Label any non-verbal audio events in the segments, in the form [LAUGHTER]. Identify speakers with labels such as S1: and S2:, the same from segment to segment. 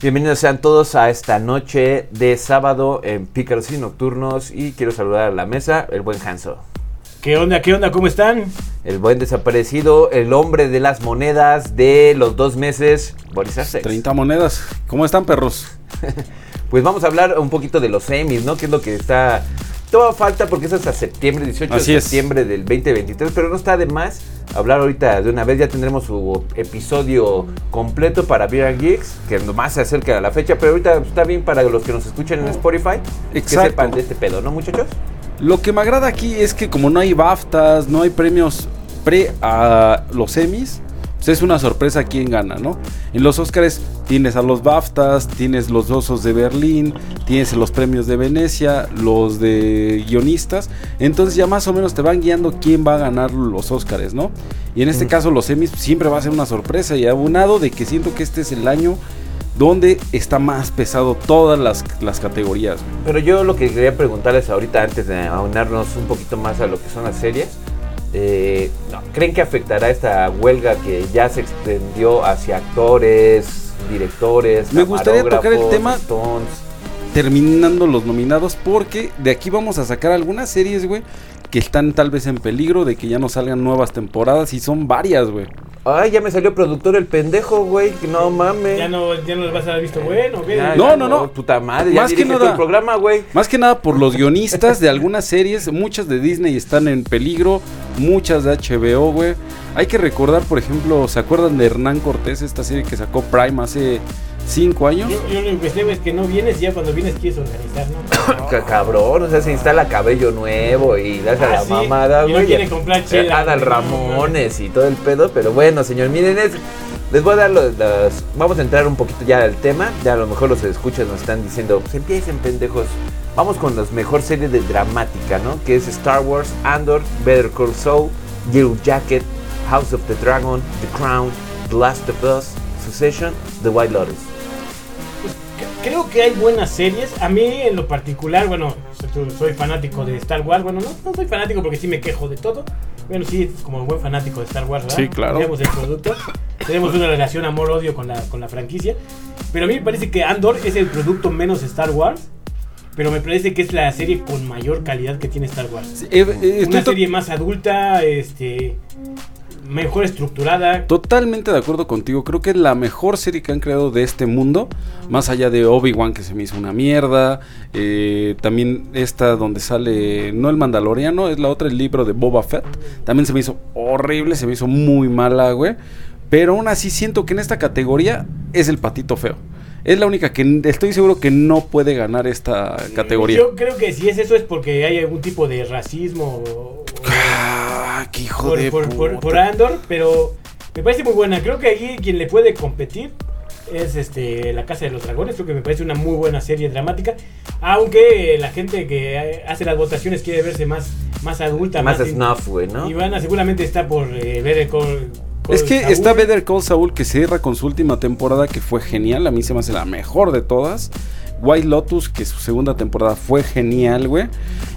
S1: Bienvenidos sean todos a esta noche de sábado en Pícaros y Nocturnos y quiero saludar a la mesa el buen Hanso,
S2: ¿Qué onda? ¿Qué onda? ¿Cómo están?
S1: el buen desaparecido, el hombre de las monedas de los dos meses, Boris Arcex.
S3: 30 monedas. ¿Cómo están, perros?
S1: Pues vamos a hablar un poquito de los semis, ¿no? Que es lo que está... Todo falta porque es hasta septiembre, 18
S3: Así
S1: de
S3: es.
S1: septiembre del 2023, pero no está de más hablar ahorita de una vez. Ya tendremos su episodio completo para Beer and Geeks, que más se acerca a la fecha, pero ahorita está bien para los que nos escuchan en Spotify, que
S3: Exacto.
S1: sepan de este pedo, ¿no, muchachos?
S3: Lo que me agrada aquí es que como no hay BAFTAs, no hay premios pre a los semis, pues es una sorpresa quién gana, ¿no? En los Oscars tienes a los BAFTAs, tienes los Osos de Berlín, tienes los premios de Venecia, los de guionistas, entonces ya más o menos te van guiando quién va a ganar los Oscars, ¿no? Y en este caso los semis siempre va a ser una sorpresa y abonado de que siento que este es el año donde está más pesado todas las, las categorías.
S1: Pero yo lo que quería preguntarles ahorita, antes de aunarnos un poquito más a lo que son las series, eh, no, ¿creen que afectará esta huelga que ya se extendió hacia actores, directores,
S3: Me gustaría tocar el
S1: camarógrafos,
S3: tema-
S1: stunts?
S3: terminando los nominados porque de aquí vamos a sacar algunas series, güey, que están tal vez en peligro de que ya no salgan nuevas temporadas y son varias, güey.
S1: Ay, ya me salió productor el pendejo, güey, que no mames.
S2: ¿Ya no, ya no les vas a haber visto bueno? o qué?
S1: Ya,
S3: No,
S1: ya
S3: no, no.
S1: Puta madre, ya
S3: Más que
S1: dirige todo
S3: nada.
S1: el programa, güey.
S3: Más que nada por los guionistas de algunas series, muchas de Disney están en peligro, muchas de HBO, güey. Hay que recordar, por ejemplo, ¿se acuerdan de Hernán Cortés, esta serie que sacó Prime hace 5 años?
S2: Yo, yo lo que sé es que no vienes y ya cuando vienes quieres organizar, ¿no?
S1: [COUGHS] Ca- Cabrón, o sea, se instala cabello nuevo y das a
S2: Ah,
S1: la
S2: sí,
S1: mamada,
S2: y no
S1: güey. eh,
S2: quiere comprar chela.
S1: Adal Ramones y todo el pedo, pero bueno, señor, miren, es, les voy a dar los, las- Vamos a entrar un poquito ya al tema. Ya a lo mejor los escuchas nos están diciendo, pues empiecen, pendejos. Vamos con las mejor series de dramática, ¿no? Que es Star Wars, Andor, Better Call Saul, Yellow Jacket, House of the Dragon, The Crown, The Last of Us, Succession, The White Lotus.
S2: Creo que hay buenas series. A mí en lo particular, bueno, soy, soy fanático de Star Wars. Bueno, no, no soy fanático porque sí me quejo de todo. Bueno, sí, como buen fanático de Star Wars, ¿verdad?
S3: Sí, claro.
S2: Tenemos el producto. Tenemos una relación amor-odio con la, con la franquicia. Pero a mí me parece que Andor es el producto menos Star Wars. Pero me parece que es la serie con mayor calidad que tiene Star Wars.
S3: Sí, eh, eh, estoy
S2: una
S3: to-
S2: serie más adulta, este, mejor estructurada.
S3: Totalmente de acuerdo contigo, creo que es la mejor serie que han creado de este mundo, más allá de Obi-Wan que se me hizo una mierda, eh, también esta donde sale, no el Mandaloriano, es la otra, el libro de Boba Fett, también se me hizo horrible, se me hizo muy mala, güey, pero aún así siento que en esta categoría es el patito feo, es la única que n- estoy seguro que no puede ganar esta categoría.
S2: Yo creo que si es eso es porque hay algún tipo de racismo o- o-
S3: Ah, qué hijo
S2: por,
S3: de
S2: por- por-
S3: puta.
S2: por Andor, pero me parece muy buena. Creo que ahí quien le puede competir es este La Casa de los Dragones, creo que me parece una muy buena serie dramática, aunque la gente que eh, hace las votaciones quiere verse más, más adulta,
S1: Más
S2: in-
S1: snuff, güey, ¿no?
S2: Ivana seguramente está por eh, ver el Call- Call
S1: Pues,
S3: Es que
S2: Saul.
S1: ¿eh?
S3: está Better Call Saul que cierra con su última temporada que fue genial, a mí se me hace la mejor de todas. White Lotus que su segunda temporada fue genial, güey.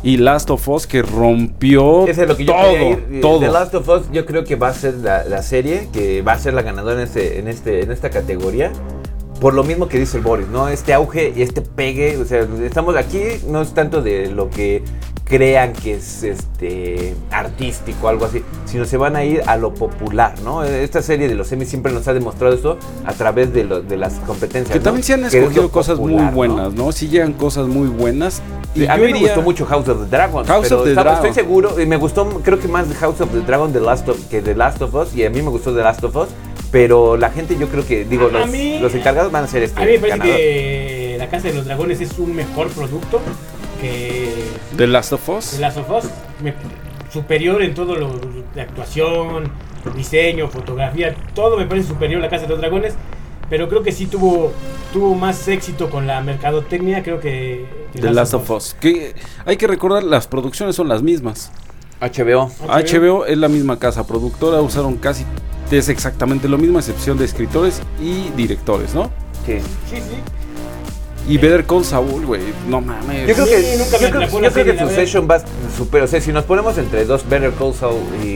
S3: Y Last of Us que rompió
S1: Ese es lo que yo
S3: todo,
S1: quería ir. eh,
S3: todo.
S1: The Last of Us yo creo que va a ser la, la serie que va a ser la ganadora en, este, en, este, en esta categoría. Por lo mismo que dice el Boris, ¿no? Este auge y este pegue, o sea, estamos aquí, no es tanto de lo que crean que es este artístico algo así, sino se van a ir a lo popular, ¿no? Esta serie de los semis siempre nos ha demostrado eso a través de, lo- de las competencias.
S3: que
S1: ¿no?
S3: también se han
S1: Que es lo
S3: escogido cosas
S1: popular,
S3: muy
S1: ¿no?
S3: buenas, ¿no? Sí llegan cosas muy buenas. Y
S1: a
S3: yo
S1: mí me
S3: diría-
S1: gustó mucho House of the Dragon.
S3: House
S1: pero
S3: of the
S1: estaba-
S3: Dragon.
S1: Estoy seguro, y me gustó, creo que más House of the Dragon The Last of- que The Last of Us, y a mí me gustó The Last of Us, pero la gente, yo creo que, digo,
S2: A
S1: los,
S2: mí-
S1: los encargados van a ser este
S2: A mí me parece
S1: ganador.
S2: que La Casa de los Dragones es un mejor producto que
S3: The Last of Us.
S2: The Last of Us. Me- superior en todo lo de actuación, diseño, fotografía, todo me parece superior a La Casa de los Dragones. Pero creo que sí tuvo, tuvo más éxito con la mercadotecnia, creo que... que
S3: The Last of Us. Que hay que recordar, las producciones son las mismas.
S1: HBO.
S3: HBO es la misma casa productora, usaron casi es exactamente lo mismo, a excepción de escritores y directores, ¿no?
S1: Sí.
S2: Sí, sí.
S3: Y Better Call Saul, güey, no mames.
S1: Yo creo
S2: Sí,
S1: que,
S2: nunca
S1: yo
S2: me
S1: creo,
S2: atrapó
S1: yo creo
S2: la serie,
S1: que
S2: la
S1: Succession va super. O sea, si nos ponemos entre dos Better Call Saul y,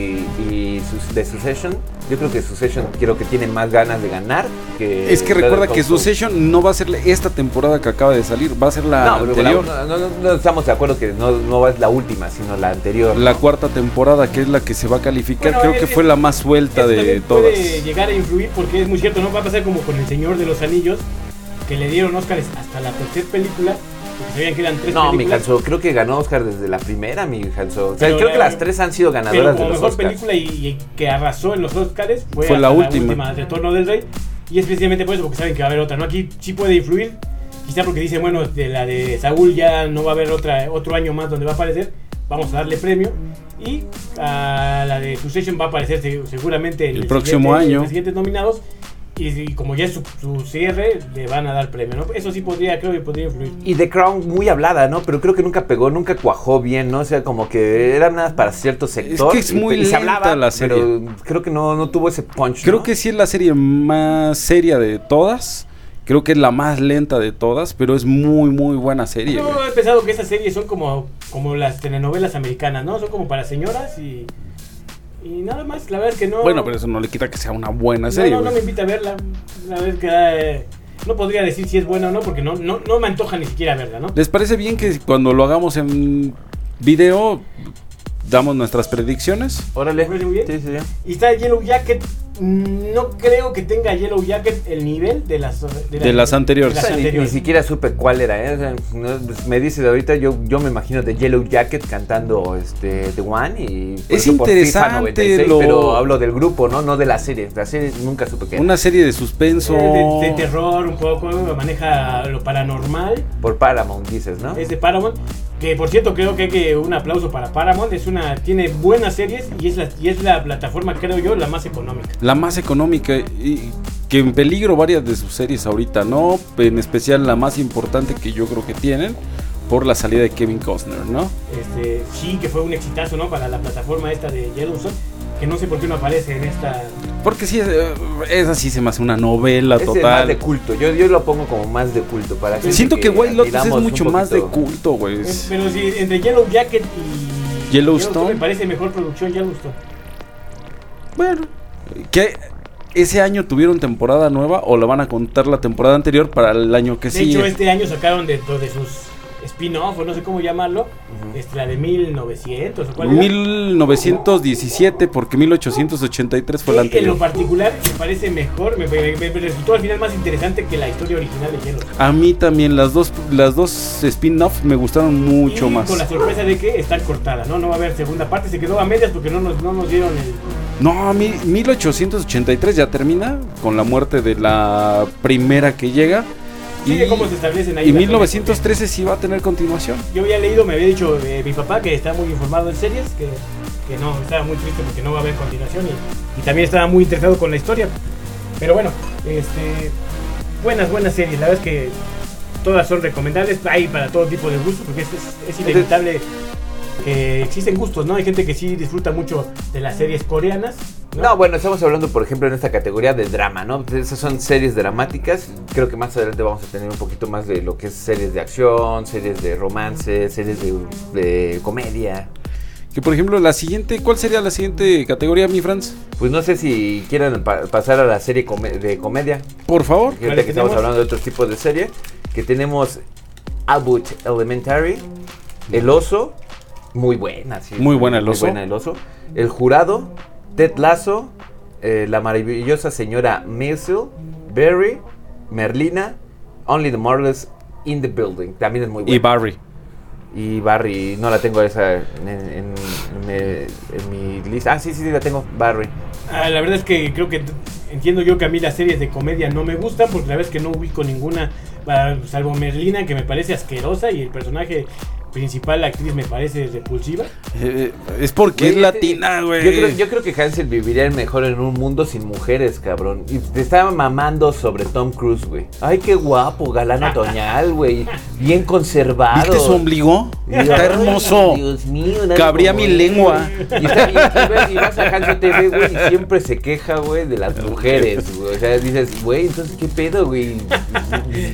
S1: y sus- de Succession, yo creo que Succession creo que tiene más ganas de ganar que.
S3: Es que
S1: Better
S3: recuerda
S1: Call
S3: que
S1: Saul.
S3: Succession no va a ser esta temporada que acaba de salir, va a ser la
S1: No, pero la-
S3: anterior,
S1: no, no- no estamos de acuerdo que no, no es la última, sino la anterior.
S3: la cuarta temporada que es la que se va a calificar.
S2: Bueno,
S3: creo
S2: es-
S3: que fue la más suelta
S2: Esto
S3: de
S2: también
S3: todas.
S2: puede llegar a influir porque es muy cierto, ¿no? Va a pasar como con El Señor de los Anillos, que le dieron Óscares hasta la tercera película, porque sabían que eran tres
S1: no, mi
S2: películas.
S1: Hanso, creo que ganó Oscar desde la primera, mi Hanso. O sea,
S2: Pero
S1: creo que
S2: la-
S1: las tres han sido
S2: pero
S1: ganadoras de
S2: como
S1: los
S2: mejor
S1: Oscars.
S2: película y, y que arrasó en los Óscares fue,
S3: Fue
S2: hasta
S3: la última.
S2: El Retorno del Rey. Y es precisamente por eso, porque saben que va a haber otra, ¿no? Aquí sí puede influir, quizá porque dicen, bueno, de la de Saúl ya no va a haber otra, otro año más donde va a aparecer, vamos a darle premio. Y a la de Succession va a aparecer se- seguramente
S3: El próximo
S2: siguiente-
S3: año.
S2: los siguientes nominados. Y, y como ya es su, su cierre, le van a dar premio, ¿no? Eso sí podría, creo que podría influir.
S1: Y The Crown muy hablada, ¿no? Pero creo que nunca pegó, nunca cuajó bien, ¿no? O sea, como que era nada más para cierto sector.
S3: que es
S1: y-
S3: muy
S1: y se
S3: lenta
S1: hablaba,
S3: la serie.
S1: Pero creo que no, no tuvo ese punch.
S3: Creo
S1: ¿no?
S3: que sí es la serie más seria de todas. Creo que es la más lenta de todas, pero es muy, muy buena serie. güey.
S2: Yo he pensado que esas series son como, como las telenovelas americanas, ¿no? Son como para señoras y, y nada más. La verdad es que no.
S3: Bueno, pero eso no le quita que sea una buena
S2: no,
S3: serie.
S2: no, no
S3: güey.
S2: me invita a verla. La verdad es que eh, no podría decir si es buena o no, porque no, no, no me antoja ni siquiera verla, ¿no?
S3: ¿Les parece bien que cuando lo hagamos en video damos nuestras predicciones?
S1: Órale.
S2: ¿Me parece muy bien?
S1: Sí, sí, sí.
S2: Y está Yellow Jacket. mm, No creo que tenga Yellow Jacket el nivel de las,
S3: De las anteriores.
S2: de
S1: O
S2: las
S1: sea, ni, ni
S2: anteriores.
S1: siquiera supe cuál era, ¿eh? O sea, no, pues, me dices ahorita, yo, yo me imagino de Yellow Jacket cantando este, The One y. por
S3: Es
S1: eso por FIFA
S3: interesante
S1: 96,
S3: lo-
S1: Pero hablo del grupo, ¿no? No de la serie. La serie nunca supe qué era.
S3: Una serie de suspenso.
S2: Eh, De, de terror un poco, maneja lo paranormal.
S1: Por Paramount, dices, ¿no?
S2: es de Paramount. Que por cierto, creo que hay que un aplauso para Paramount. Es una, tiene buenas series y es la, y es la plataforma, creo yo, la más económica.
S3: La más económica y que en peligro varias de sus series ahorita, ¿no? En especial la más importante que yo creo que tienen por la salida de Kevin Costner, ¿no?
S2: Este, sí, que fue un exitazo, ¿no? Para la plataforma esta de Yellowstone. Que no sé por qué no aparece en esta.
S3: Porque sí, eh, esa sí se me hace una novela
S1: Ese es más
S3: total.
S1: de culto. Yo, yo lo pongo como más de culto. para gente
S3: Siento que White Lotus es
S1: admiramos
S3: mucho
S1: un
S3: más de
S1: poquito.
S3: culto, güey.
S2: Eh, Pero si entre Yellow Jacket y.
S3: Yellowstone.
S2: Me parece mejor producción Yellowstone.
S3: Bueno, que ese año tuvieron temporada nueva o la van a contar la temporada anterior para el año que
S2: De hecho,
S3: sigue.
S2: este año sacaron dentro de sus spin-off, o no sé cómo llamarlo.
S1: Ujú.
S2: este, la de 1900 o cuál era.
S3: 1917 porque 1883 fue la
S2: Que en lo
S3: anterior.
S2: particular me parece mejor, me, me- me- me resultó al final más interesante que la historia original de Yellowstone.
S3: A mí también las dos las dos spin-off me gustaron mucho
S2: Y
S3: más.
S2: Con la sorpresa de que está cortada, ¿no? No va a haber segunda parte, se quedó a medias porque no nos, no nos dieron el.
S3: No, mi- 1883 ya termina con la muerte de la primera que llega
S2: Sí,
S3: y,
S2: de cómo se establecen ahí.
S3: y
S2: las
S3: 1913 sí va a tener continuación.
S2: series. Yo había leído, me había dicho eh, mi papá que está muy informado en series, que, que no, estaba muy triste porque no va a haber continuación y, y también estaba muy interesado con la historia. Pero bueno, este. Buenas, buenas series, la verdad es que todas son recomendables, hay para todo tipo de gustos, porque es, es- es inevitable que existen gustos, ¿no? Hay gente que sí disfruta mucho de las series coreanas.
S1: ¿No? bueno, estamos hablando, por ejemplo, en esta categoría de drama, ¿no? Esas son series dramáticas. Creo que más adelante vamos a tener un poquito más de lo que es series de acción, series de romance, series de, de comedia.
S3: Que por ejemplo la siguiente, ¿cuál sería la siguiente categoría, mi Franz?
S1: Pues no sé si quieran pa- pasar a la serie come- de comedia.
S3: Por favor.
S1: Fíjate
S2: Vale,
S1: que estamos
S2: tenemos-
S1: hablando de otros tipos de serie. Que tenemos Abbott Elementary, El Oso, muy buena, sí.
S3: Muy buena El Oso.
S1: buena El Oso. El Jurado, Ted Lasso, eh, La Maravillosa Señora Maisel, Barry, Merlina, Only the Marvelous in the Building. También es muy buena.
S3: Y Barry.
S1: Y Barry, no la tengo esa en, en- en- en mi lista. Ah, sí, sí, sí, la tengo, Barry.
S2: Ah, la verdad es que creo que entiendo yo que a mí las series de comedia no me gustan porque la verdad es que no ubico ninguna, ah, salvo Merlina, que me parece asquerosa y el personaje principal actriz me parece repulsiva.
S3: Eh, es porque es
S1: Güey,
S3: latina, güey.
S1: Yo creo, yo creo que Hansel viviría mejor en un mundo sin mujeres, cabrón. Y te estaba mamando sobre Tom Cruise, güey. Ay, qué guapo, galán otoñal, güey. Bien conservado.
S3: ¿Viste su ombligo?
S1: Digo,
S3: Está
S1: ay,
S3: hermoso.
S1: Dios mío, nadie
S3: Cabría
S1: como
S3: mi
S1: él.
S3: lengua.
S1: Y, está- y- y ves- y vas a Hansel TV, güey, y siempre se queja, güey, de las mujeres, güey. O sea, dices, güey, entonces, ¿qué pedo, güey?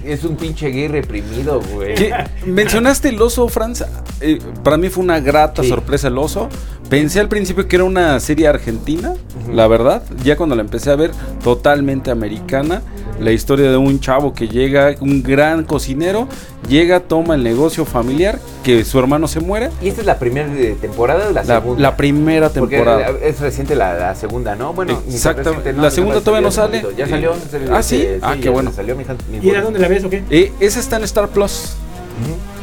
S1: Es un pinche gay reprimido, güey.
S3: ¿Qué? Mencionaste el oso, Franz. Eh, para mí fue una grata
S1: Sí.
S3: sorpresa el oso. Pensé al principio que era una serie argentina, la verdad. Ya cuando la empecé a ver, totalmente americana. La historia de un chavo que llega, un gran cocinero, llega, toma el negocio familiar, que su hermano se muere.
S1: ¿Y esta es la primera eh, temporada o la,
S3: La,
S1: segunda?
S3: la primera
S1: Porque
S3: temporada.
S1: es reciente la, la segunda, ¿no? Bueno, ni tan
S3: Exactamente.
S1: reciente,
S3: La segunda todavía no
S1: salió hace
S3: sale.
S1: Ya salió.
S3: Eh,
S1: salió,
S3: ah,
S1: eh,
S3: sí. Ah, qué
S1: ya
S3: bueno.
S1: Salió mi, mi
S2: ¿Y era dónde la ves o qué?
S3: Eh, esa está en Star Plus.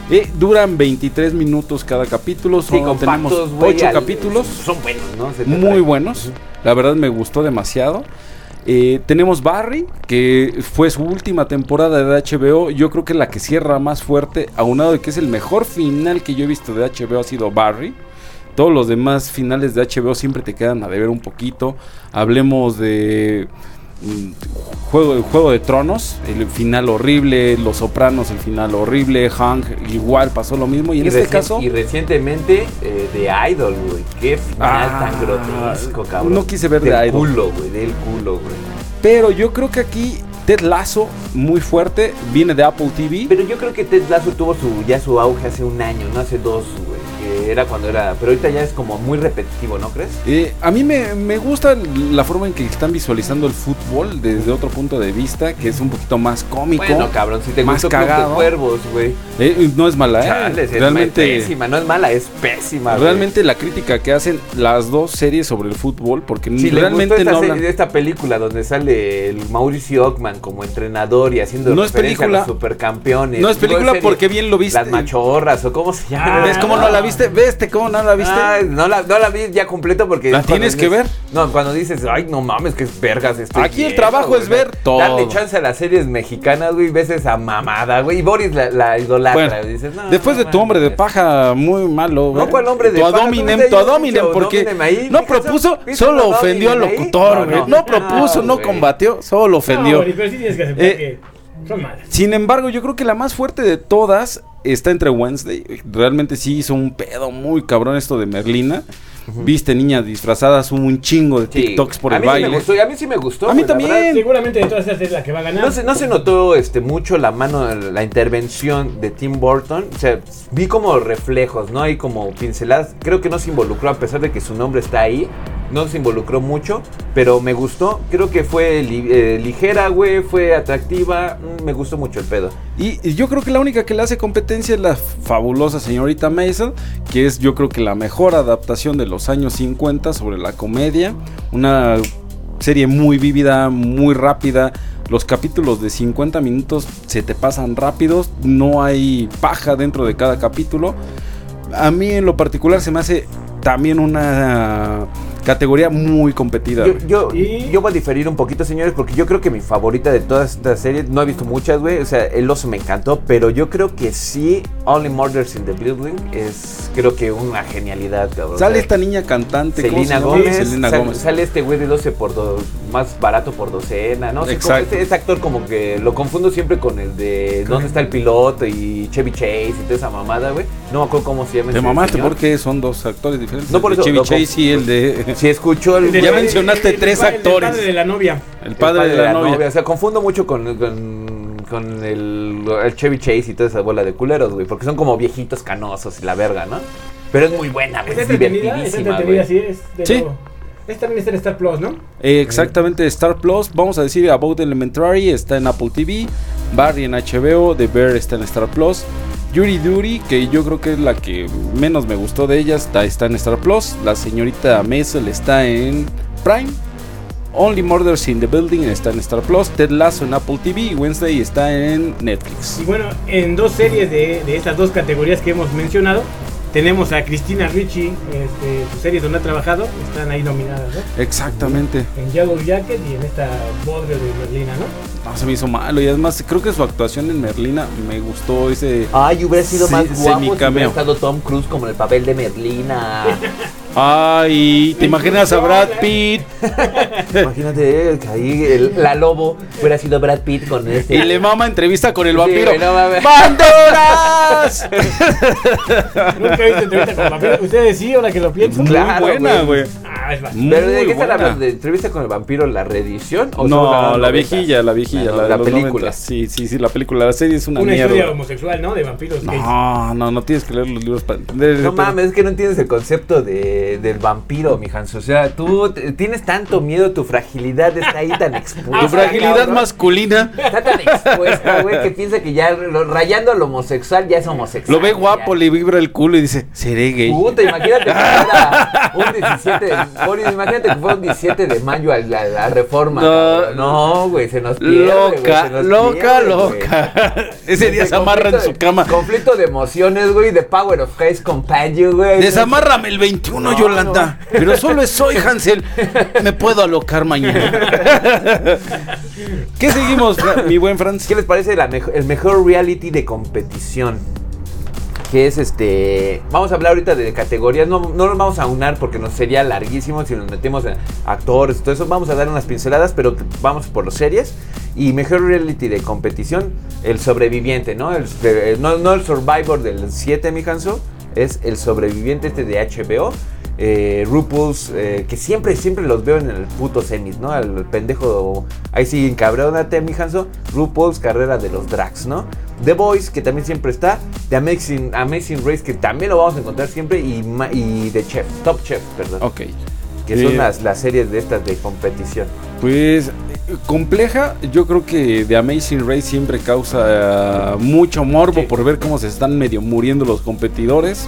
S3: Eh, duran 23 minutos cada capítulo.
S1: Sí,
S3: Solo
S1: con
S3: tenemos
S1: pactos,
S3: 8
S1: güey, al-
S3: capítulos.
S1: Son buenos, ¿no? Se te
S3: muy
S1: trae.
S3: buenos. La verdad me gustó demasiado. Eh, tenemos Barry, que fue su última temporada de HBO. Yo creo que la que cierra más fuerte, aunado de que es el mejor final que yo he visto de HBO, ha sido Barry. Todos los demás finales de HBO siempre te quedan a deber un poquito. Hablemos de mm, Juego, Juego de Tronos, el final horrible, Los Sopranos, el final horrible, Hank, igual pasó lo mismo. Y en este
S1: recien-
S3: caso...
S1: Y recientemente eh, de Idol, güey. Qué final
S3: Ah,
S1: tan grotesco, cabrón.
S3: no quise ver
S1: Del
S3: The Idol.
S1: culo, güey. Del culo, güey.
S3: Pero yo creo que aquí Ted Lasso, muy fuerte, viene de Apple TV.
S1: Pero yo creo que Ted Lasso tuvo su, ya su auge hace un año, no hace dos, güey. Que era cuando era. Pero ahorita ya es como muy repetitivo, ¿no crees?
S3: Eh, a mí me, me gusta la forma en que están visualizando el fútbol desde otro punto de vista, que es un poquito más cómico.
S1: Bueno, cabrón, si te
S3: Más
S1: gustó Club de
S3: cagado.
S1: Cuervos, güey.
S3: Eh, no es mala, ¿eh?
S1: Chales, es
S3: realmente,
S1: pésima, no es mala, es pésima. güey.
S3: realmente la crítica que hacen las dos series sobre el fútbol, porque
S1: si realmente
S3: realmente
S1: esta,
S3: no
S1: serie-
S3: hablan.
S1: esta película donde sale el Mauricio Ockman como entrenador y haciendo
S3: No es
S1: referencia
S3: película.
S1: a los supercampeones.
S3: No es película
S1: serie.
S3: porque bien lo viste.
S1: Las machorras o cómo se llama.
S3: ¿Ves cómo no la viste? ¿Veste cómo no la viste?
S1: Ah, no, la, no la vi ya completa porque...
S3: La
S1: es cuando
S3: tienes que
S1: dices-
S3: ver.
S1: No, cuando dices, ay, no mames, que es vergas este
S3: Aquí el trabajo
S1: güey".
S3: es ver todo.
S1: Date chance a las series mexicanas, güey, ves esa mamada, güey. Y Boris la, la idolatra.
S3: Bueno,
S1: dices, "No,
S3: Después de
S1: no
S3: tu hombre de
S1: mames".
S3: paja muy malo,
S1: No, ¿cuál hombre de
S3: tu
S1: paja?
S3: Adóminem,
S1: ¿Dónde
S3: tu
S1: hay un
S3: Adóminem,
S1: pinche
S3: porque
S1: Adóminem ahí?
S3: no
S1: ¿Qué pasó?
S3: propuso,
S1: ¿Viste
S3: solo
S1: un
S3: ofendió al
S1: Adóminem ahí?
S3: locutor,
S1: No,
S3: güey. No,
S1: no.
S3: propuso,
S1: No,
S3: no
S1: güey.
S3: combatió, solo ofendió.
S2: No, pero sí tienes que aceptar
S3: Eh,
S2: que son malas.
S3: Sin embargo, yo creo que la más fuerte de todas está entre Wednesday. Realmente sí hizo un pedo muy cabrón esto de Merlina. Viste niñas disfrazadas, hubo un chingo de
S1: Sí,
S3: TikToks por
S1: a
S3: el
S1: mí sí me
S3: baile.
S1: gustó, y a mí sí me gustó.
S3: A
S1: güey,
S3: mí
S1: la
S3: también.
S1: verdad.
S2: Seguramente de todas estas es la que va a ganar.
S1: No se, no se notó este, mucho la mano, la intervención de Tim Burton. O sea, vi como reflejos, ¿no? Hay como pinceladas. Creo que no se involucró, a pesar de que su nombre está ahí. No se involucró mucho, pero me gustó. Creo que fue li- eh, ligera, güey. Fue atractiva. Mm, me gustó mucho el pedo.
S3: Y, y yo creo que la única que le hace competencia es la fabulosa señorita Maisel, que es yo creo que la mejor adaptación de los años 50 sobre la comedia. Una serie muy vívida, muy rápida. Los capítulos de 50 minutos se te pasan rápidos, no hay paja dentro de cada capítulo. A mí en lo particular se me hace también una categoría muy competida.
S1: Yo,
S3: güey.
S1: yo,
S2: Y-
S1: yo voy a diferir un poquito, señores, porque yo creo que mi favorita de todas estas series, no he visto muchas, güey. O sea, El Oso me encantó, pero yo creo que sí, Only Murders in the Building es, creo que una genialidad, cabrón. O
S3: Sale
S1: sea,
S3: esta niña cantante. ¿cómo se
S1: Selena
S3: llama?
S1: Gómez,
S3: Selena
S1: sal-
S3: Gómez.
S1: sale este güey de 12 por dos, más barato por docena, ¿no? O sea, como
S3: Exacto.
S1: este, este actor como que lo confundo siempre con el de ¿Dónde está el piloto? y Chevy Chase y toda esa mamada, güey. No me acuerdo cómo se llama.
S3: Te
S1: ese
S3: mamaste
S1: señor.
S3: porque son dos actores diferentes.
S1: No, por
S3: el de
S1: eso,
S3: Chevy
S1: loco.
S3: Chase y
S1: [LAUGHS]
S3: el de.
S1: Si escuchó el
S2: El del-
S3: Ya
S2: el-
S3: mencionaste
S2: el- el-
S3: tres
S2: el- el
S3: actores.
S2: padre de la novia.
S3: El padre, de la, novia.
S1: O sea, confundo mucho con, con, con el, el Chevy Chase y toda esa bola de culeros, güey. Porque son como viejitos canosos y la verga, ¿no? Pero es muy buena, güey.
S2: Es
S1: Es
S2: entretenida, es
S1: divertidísima,
S2: entretenida,
S1: güey.
S2: sí. Es de
S3: Sí.
S2: nuevo. Este también está en Star Plus, ¿no?
S3: Eh, exactamente, Star Plus. Vamos a decir About Elementary está en Apple TV. Barry en HBO. The Bear está en Star Plus. Yuri Duty, que yo creo que es la que menos me gustó de ellas, está, está en Star Plus. La señorita Maisel está en Prime. Only Murders in the Building está en Star Plus. Ted Lasso en Apple TV. Y Wednesday está en Netflix.
S2: Y bueno, en dos series de, de estas dos categorías que hemos mencionado, Tenemos a Cristina Ricci, este, sus series donde ha trabajado, están ahí nominadas, ¿no?
S3: Exactamente.
S2: En Yellow Jacket y en esta bodre de Merlina, ¿no?
S1: [LAUGHS]
S3: No, se me hizo malo. Y además, creo que su actuación en Merlina me gustó ese.
S4: Ay, hubiera sido
S3: Sí,
S4: más guapo si hubiera
S3: semicameo.
S4: estado Tom Cruise como en el papel de Merlina.
S3: [LAUGHS] Ay, ¿te imaginas a Brad Pitt?
S4: Imagínate eh, que ahí el- la lobo hubiera sido Brad Pitt con este.
S3: Y le mama entrevista con el vampiro.
S4: güey,
S3: [LAUGHS]
S4: no mames. [LAUGHS]
S3: ¡Bandoras!
S2: Nunca he visto entrevista con papel. Ustedes sí, ahora que lo pienso.
S4: Claro,
S3: Muy buena, güey.
S2: Ah, es bastante.
S3: Muy
S4: ¿Pero de qué están
S3: buena.
S4: hablando? ¿De entrevista con el vampiro, la reedición? o solo
S3: No, la
S4: novela?
S3: viejilla, la viejilla,
S4: Ah, no,
S3: la, de
S4: la
S3: los
S4: película.
S3: 90. Sí, sí, sí, la película, la serie es una,
S2: Una historia
S3: mierda.
S2: homosexual, ¿no? De vampiros gays.
S3: No, no, no tienes que leer los libros para entender. ese
S4: No
S3: pedo.
S4: mames, es que no entiendes el concepto de, del vampiro, mi Hans. O sea, tú t- tienes tanto miedo, tu fragilidad está ahí tan expuesta.
S2: Ah,
S3: Tu fragilidad
S4: cabrón.
S3: masculina
S4: Está tan expuesta, güey, que piensa que ya lo- rayando al homosexual ya es homosexual.
S3: lo ve guapo,
S4: ya.
S3: le vibra el culo y dice, seré gay.
S4: Puta, imagínate que fuera
S3: [LAUGHS]
S4: un 17 de, Boris, imagínate que fuera un 17 de mayo a la, la reforma.
S3: No.
S4: cabrón. No, güey, se nos pierde, güey,
S3: Loca,
S4: se nos
S3: loca,
S4: pierde, güey. [LAUGHS]
S3: loca. Ese día se amarra en
S4: conflicto
S3: su
S4: de-
S3: cama.
S4: Conflicto de emociones, güey, de Power of Grace con Payo, güey.
S3: Desamárrame el 21,
S4: No, [LAUGHS]
S3: Yolanda. Pero solo soy Hansel. Me puedo
S4: [LAUGHS]
S3: alocar mañana. ¿Qué seguimos, Fra- mi buen Franz?
S1: ¿Qué les parece la mejo- el mejor reality de competición? Que es este. Vamos a hablar ahorita de categorías. No, no nos vamos a unar porque nos sería larguísimo si nos metemos en actores y todo eso. Vamos a dar unas pinceladas, pero vamos por las series. Y mejor reality de competición, el sobreviviente, ¿no? El- de- no, no el Survivor del 7, mi canso. Es el sobreviviente este de HBO. Eh, RuPaul's, eh, que siempre, siempre los veo en el puto semis, ¿no? Al pendejo. Ahí sí, encabrónate, mi Hanso. RuPaul's carrera de los drags, ¿no? The Voice, que también siempre está. The Amazing, Amazing Race, que también lo vamos a encontrar siempre. Y, ma- y The Chef, Top Chef, perdón.
S3: Ok.
S1: Que son
S3: Eh,
S1: las, las series de estas de competición.
S3: Pues eh, compleja, yo creo que The Amazing Race siempre causa eh, mucho morbo por ver cómo se están medio muriendo los competidores.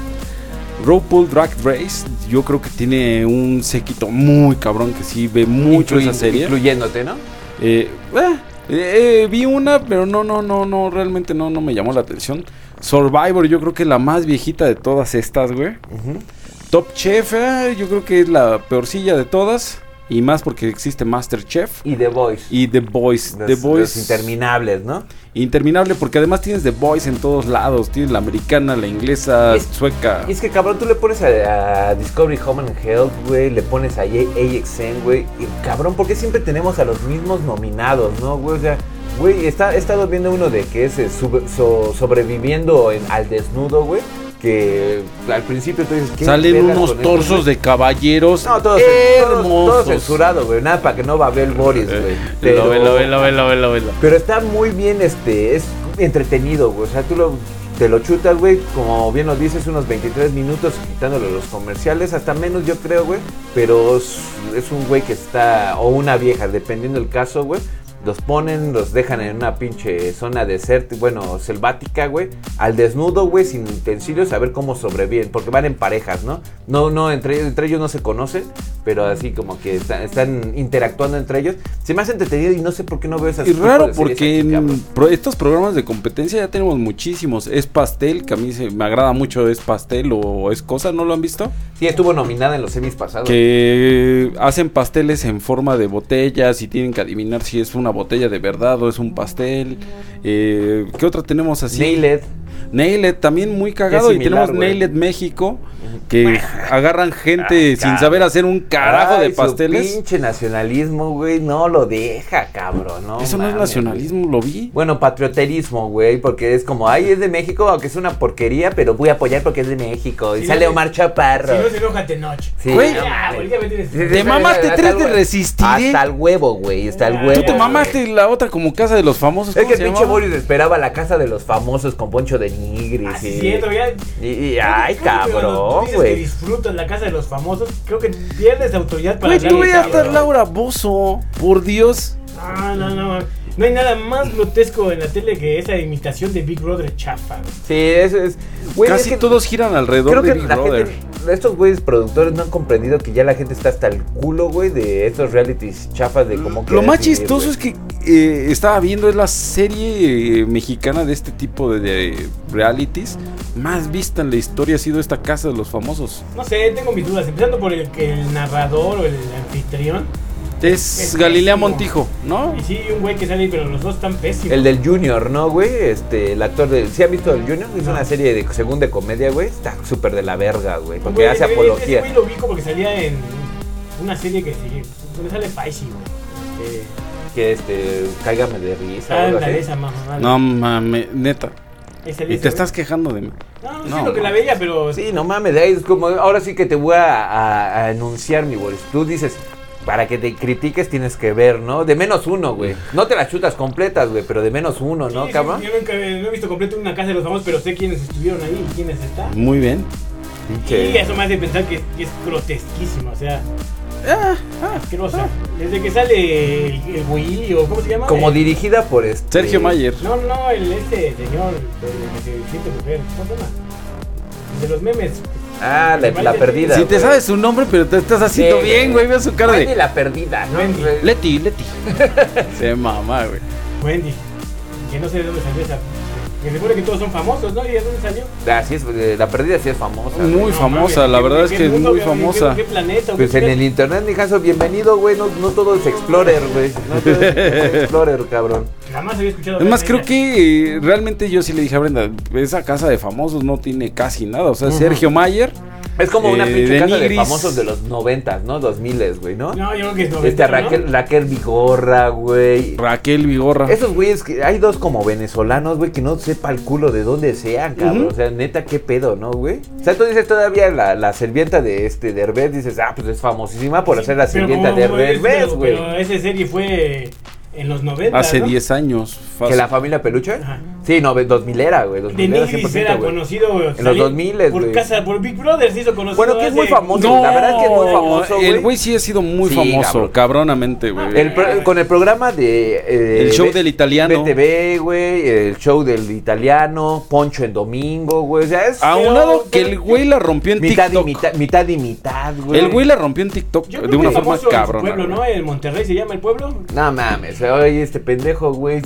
S3: RuPaul Drag Race, yo creo que tiene un séquito muy cabrón que sí ve mucho
S1: Incluy-
S3: esa serie.
S1: Incluyéndote, ¿no?
S3: Eh, eh, eh, vi una, pero no, no, no, no, realmente no, no me llamó la atención. Survivor, yo creo que es la más viejita de todas estas, güey. Top Chef, eh, yo creo que es la peorcilla de todas. Y más porque existe Masterchef.
S1: Y The Voice.
S3: Y The Voice.
S1: Los-
S3: The
S1: los
S3: Voice.
S1: interminables, ¿no?
S3: Interminable, porque además tienes The Voice en todos lados. Tienes la americana, la inglesa,
S1: Es-
S3: sueca.
S1: Y es que cabrón, tú le pones a, a Discovery Home and Health, güey, le pones a Ye- AXN, güey, y cabrón, ¿por qué siempre tenemos a los mismos nominados, no, güey? O sea, güey, está, he estado viendo uno de que es eh, sub- so- sobreviviendo en- al desnudo, güey, que al principio tú dices, ¿qué
S3: Salen
S1: vergas
S3: unos
S1: con esto,
S3: torsos
S1: güey?
S3: de caballeros
S1: No, todo,
S3: hermosos.
S1: todo, todo censurado, güey, nada para que no va a ver Boris, güey.
S3: Eh,
S1: Pero-
S3: Lo velo, velo, velo, velo, velo.
S1: pero está muy bien, este, es entretenido, güey. O sea, tú lo, te lo chutas, güey, como bien lo dices, unos 23 minutos quitándole los comerciales, hasta menos yo creo, güey. Pero es, es un güey que está, o una vieja, dependiendo del caso, güey. Los ponen, los dejan en una pinche zona desértica, bueno, selvática, güey. Al desnudo, güey, sin utensilios, a ver cómo sobreviven. Porque van en parejas, ¿no? No, no, entre, entre ellos no se conocen, pero así como que está- están interactuando entre ellos. Se me hace entretenido y no sé por qué no veo esas
S3: Y
S1: tipo
S3: raro
S1: de series
S3: porque
S1: aquí,
S3: en
S1: cabrón.
S3: pro- estos programas de competencia ya tenemos muchísimos. Es pastel, que a mí se me agrada mucho, es pastel o es cosa, ¿no lo han visto?
S1: Sí, estuvo nominada en los semis pasados.
S3: Que hacen pasteles en forma de botellas y tienen que adivinar si es una botella de verdad o es un pastel. Eh, ¿Qué otra tenemos así?
S1: Nailed.
S3: Nailed, también muy cagado.
S1: Que es similar,
S3: y tenemos
S1: güey.
S3: Nailed México, que agarran gente sin
S1: cabrón.
S3: saber hacer un carajo
S1: Ah, Ay, su
S3: de pasteles.
S1: pinche nacionalismo, güey, no lo deja, cabrón. No
S3: Eso no
S1: mames,
S3: es
S1: güey.
S3: nacionalismo, lo vi.
S1: Bueno, patrioterismo, güey, porque es como, ay, es de México, aunque es una porquería, pero voy a apoyar porque es de México. Y
S2: Sí,
S1: sale
S2: no,
S1: Omar
S2: Si
S1: Chaparro.
S2: no se enoja, te noche.
S1: Sí,
S3: Güey.
S1: no
S2: Ah,
S1: mames.
S2: porque ya me tienes-
S1: Sí, sí,
S3: Te
S1: sí,
S3: mamaste
S1: hasta
S3: tres
S1: el
S3: de
S1: hue-
S3: Resistiré.
S1: Hasta el huevo, güey, hasta el
S2: Tú
S1: huevo.
S3: Tú te
S1: güey.
S3: mamaste la otra como casa de los famosos.
S1: Es
S3: ¿cómo
S1: que el
S3: se
S1: pinche
S3: llamaba?
S1: Boris esperaba la casa de los famosos con Poncho de Nigris.
S2: Ah, sí,
S1: y-
S2: cierto, ya.
S1: y, y- ay,
S2: Creo que cuando tú
S1: cabrón,
S2: dices que
S1: güey.
S2: disfrutas la casa de los famosos, creo que pierdes autoridad para
S3: Güey,
S2: hablar
S3: tú
S2: de
S3: ve hasta
S2: cabrón.
S3: Laura Bozo, por Dios.
S2: Ah, No, no, no. No hay nada más grotesco en la tele que esa imitación de Big Brother chafa. güey.
S1: Sí, eso es. Güey,
S3: Casi
S1: es que
S3: todos giran alrededor
S1: creo
S3: de
S1: que
S3: Big
S1: la
S3: Brother.
S1: gente- estos güeyes productores no han comprendido que ya la gente está hasta el culo, güey, de estos realities chafas de como que.
S3: Lo más
S1: decidir,
S3: chistoso
S1: güey.
S3: es que eh, estaba viendo es la serie eh, mexicana de este tipo de, de realities más vista en la historia ha sido esta casa de los famosos.
S2: No sé, tengo mis dudas. Empezando por el que el narrador o el anfitrión.
S3: Es,
S2: Es
S3: Galilea
S2: pésimo.
S3: Montijo, ¿no?
S2: Y sí, un güey que sale ahí, pero los dos están pésimos.
S1: El del Junior, ¿no, güey? Este, el actor del. ¿Sí ha visto el Junior? Es
S2: No.
S1: una serie de según de comedia, güey. Está súper de la verga, güey.
S2: Un
S1: Porque
S2: güey-
S1: hace
S2: ese-
S1: apología.
S2: Ese güey lo ubico porque salía en una serie que sigue. Donde sale Paisi, güey. Eh,
S1: Que este. Cáigame de risa. o algo
S2: ándale,
S1: así.
S2: esa mamá.
S3: No mames, neta.
S2: Ahí salía
S3: Y
S2: ese
S3: te
S2: güey.
S3: estás quejando de mí.
S2: No, no,
S3: No,
S2: sí, lo que la
S3: no.
S2: veía, pero.
S1: Sí, no mames, de ahí es como, ahora sí que te voy a, a- a anunciar, mi Boris. Tú dices, para que te critiques tienes que ver, ¿no? De menos uno, güey. No te las chutas completas, güey, pero de menos uno,
S2: Sí,
S1: ¿no,
S2: sí,
S1: cabrón?
S2: Yo nunca eh, no he visto completo una casa de los famosos, pero sé quiénes estuvieron ahí y quiénes están.
S3: Muy bien.
S2: Y eso me hace pensar que, que es grotesquísima, o sea,
S3: Ah,
S2: asquerosa. Desde que sale el, el Willy o cómo se llama.
S1: Como
S2: Eh,
S1: dirigida por este...
S3: Sergio Mayer.
S2: No, no, no, el este señor el que se siente mujer. ¿Cómo se llama? El De los memes.
S1: Ah, la, la perdida.
S3: Si te
S1: güey.
S3: sabes su nombre, pero te estás haciendo
S1: Sí,
S3: bien, güey. Veo su cara
S1: Wendy
S3: de.
S1: la perdida, ¿no?
S2: Wendy.
S1: Güey. [LAUGHS]
S3: Leti, Leti. Se mamá, güey.
S2: Wendy. Que no sé de dónde salió esa. Que se supone que todos son famosos, ¿no? ¿Y de dónde salió?
S1: Así es, eh, la perdida sí es famosa. güey.
S3: Muy
S2: No,
S3: famosa,
S2: mames,
S3: la
S2: ¿qué-
S3: verdad es
S2: qué
S3: que es
S2: mundo,
S3: muy
S2: qué- qué-
S3: famosa.
S2: ¿Qué planeta? o
S1: Pues
S2: qué-
S1: en el internet, mijazo, bienvenido, güey. No, no todo es Explorer, güey. No todo es Explorer, cabrón.
S2: Jamás había escuchado.
S3: Es más,
S2: hablar de
S3: creo
S2: ella.
S3: que eh, realmente yo sí le dije a Brenda, esa casa de famosos no tiene casi nada. O sea, Sergio Mayer,
S1: Es como una
S3: Eh,
S1: pinche
S3: de
S1: casa de
S3: Nigris.
S1: famosos de los noventas, ¿no? Dos miles, güey, ¿no?
S2: No, yo creo que es
S1: Este
S2: noventa, ¿no?
S1: Raquel, Raquel Vigorra, güey.
S3: Raquel Vigorra.
S1: Esos güeyes que hay dos como venezolanos, güey, que no sepa el culo de dónde sean, cabrón.
S3: Ujú.
S1: O sea, neta, qué pedo, ¿no, güey? O sea, tú dices todavía la, la servienta de este Derbez, dices, ah, pues es famosísima por hacer la
S2: Pero
S1: servienta
S2: como-
S1: de
S2: como es-
S1: Derbez,
S2: pero-
S1: güey.
S2: Pero esa serie fue en los 90.
S3: Hace
S2: ¿no?
S3: 10 años.
S1: ¿Que
S3: fácil.
S1: la familia peluche?
S2: eh, pues, Ajá.
S1: Sí, no, ve- 2000 era, güey. 2000
S2: De
S1: era
S2: Nigris
S1: 100%,
S2: era
S1: güey.
S2: conocido. En
S1: los 2000,
S2: Por
S1: güey.
S2: casa, por Big Brother se hizo conocido.
S1: Bueno, que es muy
S2: hace-
S1: famoso,
S3: No,
S1: la verdad es que es muy famoso,
S3: el
S1: güey.
S3: güey sí ha sido muy
S1: Sí,
S3: famoso,
S1: cabrón.
S3: cabronamente, güey.
S1: El
S2: eh.
S1: pro- con el programa de... eh,
S3: El show
S1: Be-
S3: del italiano.
S1: BTV, güey, el show del italiano, Poncho en domingo, güey. O sea, es
S3: A un
S2: Pero-
S3: lado que el
S2: pero-
S3: güey la rompió en
S1: mitad y
S3: TikTok.
S1: mitad, mitad y mitad, güey.
S3: El güey la rompió en TikTok
S2: Yo
S3: de una forma
S2: En
S3: cabrona.
S2: su pueblo, ¿no?
S3: güey.
S2: En Monterrey se llama el pueblo.
S1: No mames, oye, este pendejo, güey.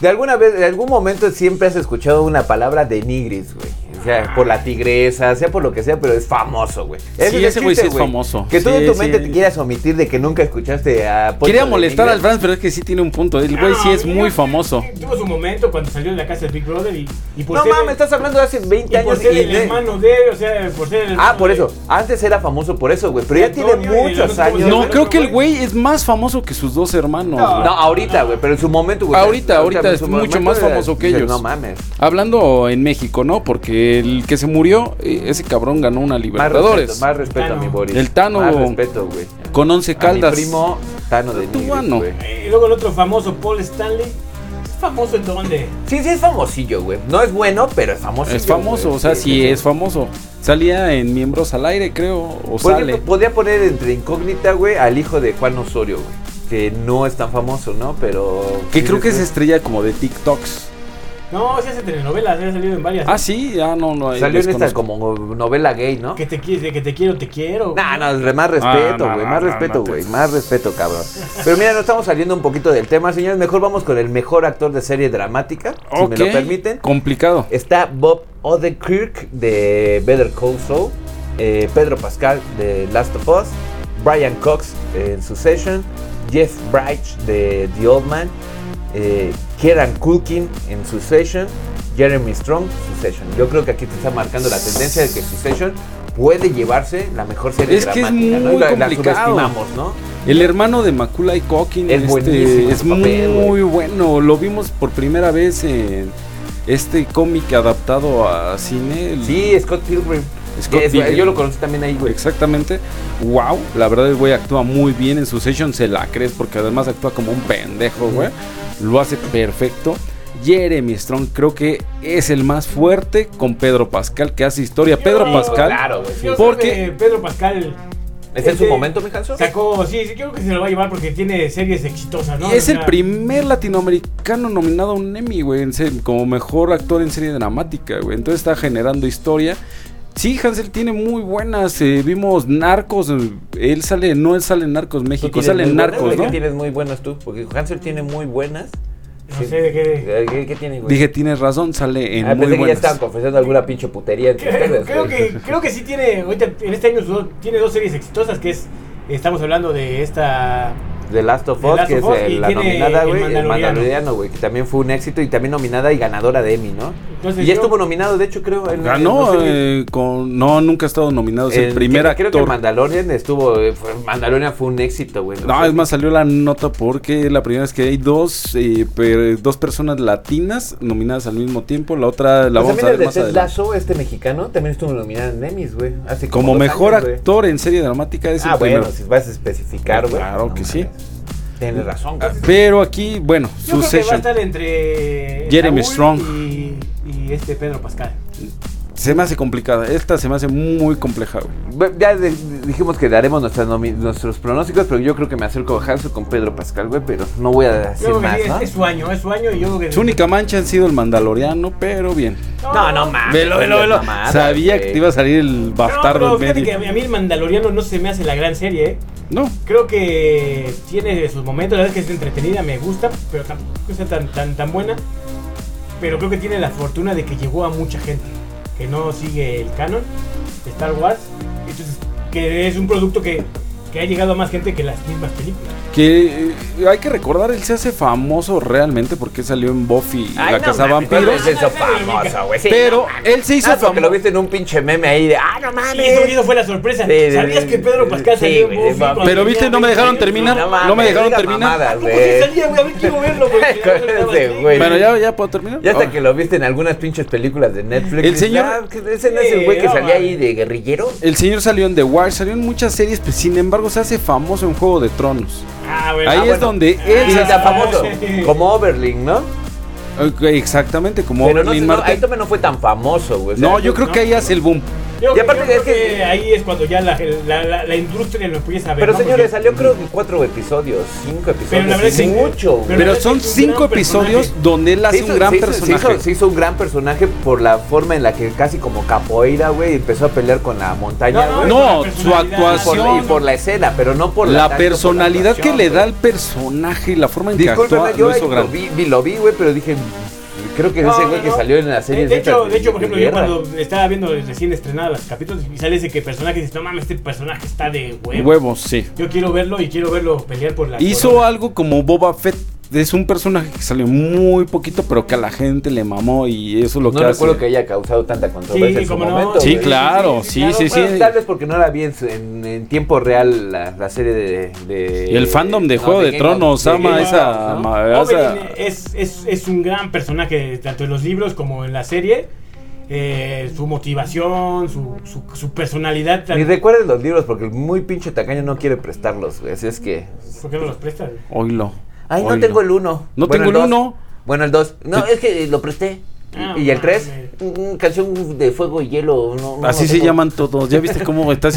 S1: De alguna vez, de algún momento siempre has escuchado una palabra de nigris, güey. O sea,
S3: Ah.
S1: por la tigresa, sea por lo que sea, pero es famoso, güey. Ese
S3: Sí,
S1: es el
S3: ese güey
S1: chiste,
S3: sí es famoso.
S1: Que tú
S3: Sí,
S1: en tu
S3: sí.
S1: mente te quieras omitir de que nunca escuchaste a Poncho
S3: Quería
S1: de
S3: molestar
S1: Nigris.
S3: al Franz, pero es que sí tiene un punto. El güey
S2: No,
S3: sí es
S2: yo
S3: muy
S2: creo
S3: famoso.
S2: que Ah, Tuvo su momento cuando salió de la casa de Big Brother y, y por
S1: No
S2: ser-
S1: mames, estás hablando de hace 20
S2: y por
S1: años.
S2: ser
S1: y
S2: el
S1: de-
S2: hermano de, o sea, por ser el
S1: Ah,
S2: hermano
S1: por
S2: de-
S1: eso. Antes era famoso por eso, güey. Pero ya tiene
S2: Antonio y el
S1: muchos
S2: otro
S1: años.
S2: güey.
S3: No,
S1: güey.
S3: creo que el güey es más famoso que sus dos hermanos.
S2: No,
S3: güey.
S1: No, ahorita, güey. Pero en su momento, güey.
S3: Ahorita, ahorita
S1: en
S3: es
S1: su
S3: mucho
S1: momento
S3: más
S1: era-
S3: famoso que
S1: dices,
S3: ellos.
S1: No mames.
S3: Hablando en México, ¿no? Porque el que se murió, eh, ese cabrón ganó una
S1: Más respeto,
S3: Libertadores.
S1: más respeto a
S2: Tano.
S1: mi Boris.
S3: El Tano.
S1: Más respeto, güey.
S3: Con 11
S1: Caldas.
S3: caldas.
S1: primo Tano de
S3: Tu
S1: Nigris,
S3: mano.
S1: güey.
S2: Y Eh, luego el otro famoso, Paul Stanley. ¿Es famoso en dónde?
S1: Sí, sí es famosillo, güey. No es bueno, pero es famoso.
S3: es famoso, o sea, sí, es famoso. Salía en Miembros al Aire, creo, o
S1: Por
S3: sale.
S1: ejemplo, podría poner entre incógnita, güey, al hijo de Juan Osorio, güey. Que no es tan famoso, ¿no? Pero.
S3: Que
S1: sí,
S3: creo que es
S1: sí.
S3: estrella como de TikToks.
S2: No, se hace telenovelas, se ha salido en varias.
S3: Ah, sí, ah, no, no. ahí
S1: Salió en esta
S3: desconozco.
S1: como novela gay, ¿no?
S2: Que te, qui- de que te quiero, te quiero.
S1: No, no, re- más respeto,
S3: Ah, no,
S1: güey,
S3: no,
S1: más
S3: no,
S1: respeto,
S3: no te-
S1: güey, más respeto, cabrón. Pero mira, nos estamos saliendo un poquito del tema, señores. Mejor vamos con el mejor actor de serie dramática, si me
S3: Ok,
S1: lo permiten. Eh,
S3: Complicado.
S1: Está Bob Odenkirk de Better Call Saul, eh, Pedro Pascal de Last of Us, Brian Cox en Succession, Jeff Bright de The Old Man, eh, Kieran Culkin en Succession, Jeremy Strong, Succession. Yo creo que aquí te está marcando la tendencia de que Succession puede llevarse la mejor serie
S3: Es que es
S1: dramática, ¿no?
S3: muy
S1: La, la
S3: complicado.
S1: subestimamos, ¿no?
S3: El hermano de Macaulay Culkin este,
S1: Es buenísimo
S3: es
S1: su papel,
S3: muy bueno. Lo vimos por primera vez en este cómic adaptado a cine. el-
S1: Sí, Scott Pilgrim.
S3: Scott
S1: Es-
S3: Pilgrim.
S1: Yo lo conocí también ahí, güey.
S3: Exactamente. Wow, la verdad el güey actúa muy bien en su session, se la crees porque además actúa como un pendejo, güey. Lo hace perfecto. Jeremy Strong creo que es el más fuerte con Pedro Pascal que hace historia. Pedro
S2: Yo-
S3: Pascal
S1: Claro, güey. sí.
S2: Yo
S3: ¿Por
S2: creo
S3: qué?
S2: que Pedro Pascal
S1: ¿Está en su
S2: Este-
S1: momento, mi Hanson?
S2: sacó, sí, sí, yo creo que se lo va a llevar porque tiene series exitosas, ¿no?
S3: es
S2: O
S3: el
S2: sea,
S3: primer latinoamericano nominado a un Emmy, güey, en ser- como mejor actor en serie dramática, güey. Entonces está generando historia. Sí, Hansel tiene muy buenas. eh, vimos Narcos. eh, Él sale, no él sale en Narcos México,
S1: tienes
S3: sale en
S1: muy buenas,
S3: Narcos,
S1: güey? ¿Qué
S3: ¿no?
S1: tienes muy buenas tú? Porque Hansel tiene muy buenas.
S2: No sé de qué.
S1: Eh, ¿Qué, qué tiene, güey?
S3: Dije, tienes razón, sale en
S1: Ah, pensé
S3: muy
S1: que ya
S3: buenas.
S1: estaban confesando alguna pinche putería entre
S2: [LAUGHS] Creo,
S1: ustedes,
S2: creo
S1: güey. [LAUGHS]
S2: que, creo que sí tiene, ahorita en este año su- tiene dos series exitosas, que es, estamos hablando de esta...
S1: The Last of
S2: The
S1: Us,
S2: Last
S1: que
S2: of
S1: es
S2: Us,
S1: eh,
S2: y
S1: la
S2: tiene
S1: nominada,
S2: El
S1: güey. El
S2: Mandaloriano.
S1: Mandaloriano, güey, que también fue un éxito y también nominada y ganadora de Emmy, ¿no?
S2: Entonces
S1: y ya
S2: yo-
S1: estuvo nominado, de hecho, creo. en- en-
S3: Ganó,
S1: no sé,
S3: eh, con, no, nunca ha estado nominado. Es el,
S1: en-
S3: primer
S1: creo, Creo que
S3: actor.
S1: Mandalorian estuvo. eh, fue- Mandalorian fue un éxito, güey.
S3: No,
S1: sé.
S3: es más, salió la nota porque la primera es que hay dos, eh, per- dos personas latinas nominadas al mismo tiempo. La otra la
S1: Pues
S3: vamos a
S1: también el
S3: ver
S1: de
S3: más
S1: Ted
S3: adelante.
S1: Lasso, este mexicano, también estuvo nominado en Emmys, güey. hace
S3: Como
S1: dos
S3: mejor
S1: años, güey.
S3: actor en serie dramática es
S1: Ah,
S3: el primero.
S1: bueno, si vas a especificar, güey.
S3: Claro que sí.
S1: Tienes razón, güey.
S3: Ah, Pero aquí, bueno,
S2: Yo creo que va a
S3: Succession.
S2: estar entre
S3: Jeremy Strong.
S2: y, y este Pedro Pascal.
S3: Se me hace complicada. Esta se me hace muy compleja, güey.
S1: Bueno, Ya de- dijimos que daremos nuestras nomi- nuestros pronósticos, pero yo creo que me acerco a Hansel con Pedro Pascal, güey, pero no voy a
S2: Yo
S1: decir
S2: creo que
S1: más,
S2: sí, es-
S1: ¿no?
S2: es, su año, es su año y yo creo que...
S3: Su única mancha han sido el Mandaloriano, pero bien.
S1: No, no mames.
S3: Velo, velo, velo.
S1: Ah, Mamada,
S3: Sabía que
S1: güey.
S3: te iba a salir el bastardo
S2: No, pero
S3: en
S2: fíjate que
S3: medio.
S2: a mí el Mandaloriano no se me hace la gran serie, ¿eh?
S3: No,
S2: Creo que tiene sus momentos, la verdad es que es entretenida, me gusta, pero tampoco es tan, tan, tan buena. Pero creo que tiene la fortuna de que llegó a mucha gente que no sigue el canon de Star Wars. Entonces, que es un producto que, que ha llegado a más gente que las mismas películas.
S3: que eh, hay que recordar, él se hace famoso realmente porque salió en Buffy y
S1: Ay,
S3: la
S1: no
S3: Casa
S1: mames,
S3: Vampiros.
S1: ¿cuál Es eso famoso, güey. Sí,
S3: Pero
S1: no mames.
S3: él se hizo
S1: Ah, porque
S3: famo-
S1: lo viste en un pinche meme ahí de, ah, no
S2: Sí, eso,
S1: mames.
S2: eso fue la sorpresa.
S1: Sí, de-
S2: ¿Sabías que Pedro Pascal
S1: sí,
S2: salió en
S1: güey,
S2: Buffy
S1: va-
S2: cuando
S3: Pero
S2: tenía
S3: viste, no me
S2: 20
S3: dejaron
S2: años?
S3: terminar.
S2: No,
S3: No me dejaron
S1: digas
S3: terminar.
S1: mamadas,
S2: ¿Cómo
S1: güey.
S2: que salía, güey? A ver, quiero
S1: [LAUGHS]
S2: verlo, güey.
S1: Acuérdate, güey.
S3: Bueno, ya, ya puedo terminar.
S1: Ya hasta
S3: Ah.
S1: que lo viste en algunas pinches películas de Netflix.
S3: El
S1: dices,
S3: señor-
S1: "Ah, que ese no es el güey
S2: Sí,
S1: que
S2: no
S1: salía ahí
S2: mames.
S1: de guerrillero.
S3: El señor salió en The Wire, salió en muchas series, pero sin embargo se hace famoso en Juego de Tronos.
S2: Ah, bueno.
S3: Ahí
S2: Ah,
S3: es
S2: bueno.
S3: donde
S2: Ah,
S3: él
S1: Y está
S3: se hace
S2: ya.
S1: famoso.
S2: sí.
S1: Como Oberlin, ¿no?
S3: Ok, Exactamente, como
S1: Pero no,
S3: Berlín
S1: sé, no,
S3: Marte.
S1: ahí también no fue tan famoso, güey. o sea,
S3: No, yo creo que ahí hace el boom.
S2: Yo,
S1: Y aparte
S2: yo creo
S1: es que-
S2: que ahí es cuando ya la, la, la, la industria lo empieza a ver.
S1: Pero
S2: ¿no?
S1: señores,
S2: Porque-
S1: salió creo que cuatro episodios, cinco episodios.
S2: Pero la verdad
S1: es
S2: es que-
S1: mucho, güey.
S2: Pero
S3: Pero
S2: es
S3: son
S2: un
S3: cinco
S2: gran
S3: episodios
S2: personaje.
S3: donde él hace
S1: Se hizo-
S3: un gran
S1: se hizo- se
S3: personaje.
S1: hizo- se hizo un gran personaje por la forma en la que casi como capoeira, güey, empezó a pelear con la montaña,
S2: No,
S1: güey.
S3: no,
S2: Por la
S3: su
S2: personalidad.
S1: Por-
S3: actuación,
S1: y por la escena, pero no por
S3: la
S1: tanto por
S3: personalidad que
S1: actuación,
S3: le da
S1: güey.
S3: al personaje y la forma en que actúa
S1: Discúlpame, yo
S3: lo hizo
S1: ahí lo
S3: grande.
S1: vi, vi- lo vi, güey, pero dije, creo que es
S2: No,
S1: ese
S2: no,
S1: güey que
S2: no. Eh,
S1: salió en la serie
S2: De, de hecho, de hecho, por ejemplo, yo cuando estaba viendo recién estrenadas los capítulos y sale ese que personaje dices, no mames, este personaje está de huevo.
S3: Huevos, sí.
S2: Yo quiero verlo y quiero verlo pelear por la
S3: Hizo
S2: corona.
S3: algo como Boba Fett. Es un personaje que salió muy poquito, pero que a la gente le mamó y eso es lo
S1: No
S3: que
S1: recuerdo
S3: hace.
S1: que haya causado tanta controversia en su
S2: cómo no.
S1: momento.
S3: Sí,
S1: güey.
S3: claro, sí, sí, sí.
S1: Bueno, tal vez porque no la vi en, su- en- en tiempo real la, la serie de, de-
S3: Y el fandom de
S1: no,
S3: Juego de
S1: Game of-
S3: Tronos
S1: Game
S3: ama
S1: of
S3: esa-
S1: Thrones, ¿no?
S3: ama-
S2: Oberyn
S3: esa-
S2: es, es, es un gran personaje, tanto en los libros como en la serie. Eh, su motivación, su, su, su personalidad. tan-
S1: Ni recuerden los libros porque el muy pinche tacaño no quiere prestarlos, güey. Así es que.
S2: ¿Por qué no los prestas?
S3: Oílo.
S1: Ay, no
S3: oílo.
S1: tengo el 1.
S3: No tengo el uno.
S1: Bueno, el 2. No, es que lo presté.
S2: Ah,
S1: y el 3,
S2: mames.
S1: canción de fuego y hielo. no- no
S3: Así
S1: lo
S3: se
S1: tengo.
S3: llaman todos. ¿Ya viste cómo estás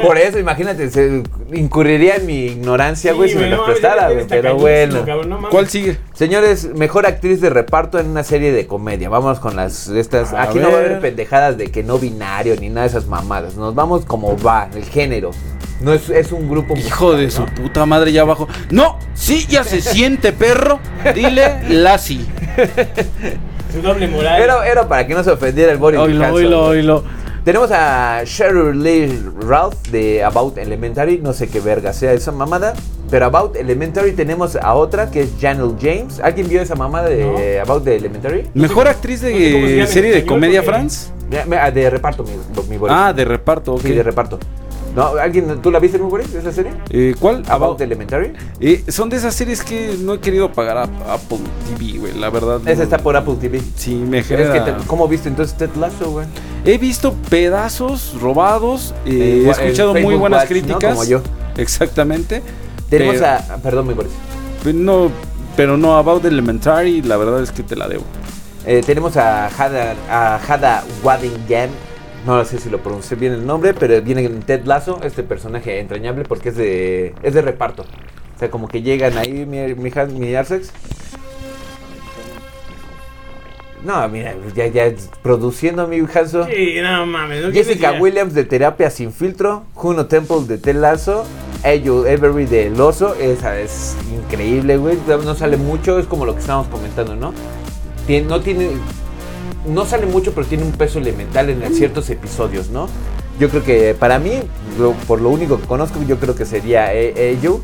S1: [LAUGHS] Por eso, imagínate, se incurriría en mi ignorancia, güey, si me
S2: güey,
S1: los
S2: no mames,
S1: prestara, güey.
S2: eres
S1: Pero
S2: tacañísimo,
S1: bueno.
S2: cabrón, no mames.
S3: ¿Cuál sigue?
S1: Señores, mejor actriz de reparto en una serie de comedia. Vamos con las estas.
S3: A
S1: aquí no va a haber
S3: ver.
S1: pendejadas de que no binario ni nada de esas mamadas. Nos vamos como va, el género. No es, es un grupo
S3: Hijo de su
S1: musical,
S3: puta madre, ya abajo. No, sí, ya se siente, perro. Dile Lassie.
S2: Su doble
S1: ¿no?
S2: moral.
S1: Era, era para que no se ofendiera el Boris
S3: Oílo,
S1: Johnson.
S3: oílo, oílo.
S1: Tenemos a Cheryl Lee Ralph de About Elementary, no sé qué verga sea esa mamada, pero About Elementary tenemos a otra que es Janelle James. ¿Alguien vio esa mamada de About the Elementary?
S3: Mejor actriz
S2: no sé cómo se llama
S3: de
S2: en
S3: serie de
S2: español,
S3: comedia,
S2: porque-
S3: France.
S1: De, ah, de reparto, mi, mi Boris.
S3: Ah, de reparto, ok.
S1: pues, Sí, de reparto. No, ¿alguien, ¿Tú la viste, mi Boris, esa serie?
S3: Eh, ¿Cuál?
S1: About Elementary.
S3: Eh, son de esas series que no he querido pagar a a Apple TV, güey, la verdad.
S1: Esa
S3: no.
S1: está por Apple TV.
S3: Sí, me
S1: Pues, Es
S3: genera...
S1: que te- ¿Cómo viste entonces Ted Lasso, güey?
S3: He visto pedazos robados, eh,
S1: Eh,
S3: he
S1: wa-
S3: escuchado
S1: el
S3: muy
S1: Facebook
S3: buenas
S1: Watch, ¿no?
S3: críticas.
S1: Como yo.
S3: Exactamente.
S1: Tenemos
S3: pero, pues,
S1: a. Perdón, mi Boris.
S3: No, pero no, About Elementary, la verdad es que te la debo.
S1: Eh, tenemos a Hada, a Hada Waddingham. No sé si lo pronuncié bien el nombre, pero viene en Ted Lasso, este personaje entrañable, porque es de, es de reparto. O sea, como que llegan ahí, mi, mi, hija- mi Arsex. No, mira, ya, ya produciendo mi Hanso.
S2: Sí, no mames. no
S1: Jessica
S2: quisiera.
S1: Williams de Terapia Sin Filtro, Juno Temple de Tel Lasso, Ayo Every de El Oso, esa es increíble, güey, no sale mucho, es como lo que estábamos comentando, ¿no? Tien- no tiene, no sale mucho, pero tiene un peso elemental en ciertos episodios, ¿no? Yo creo que para mí, lo- por lo único que conozco, yo creo que sería Ayo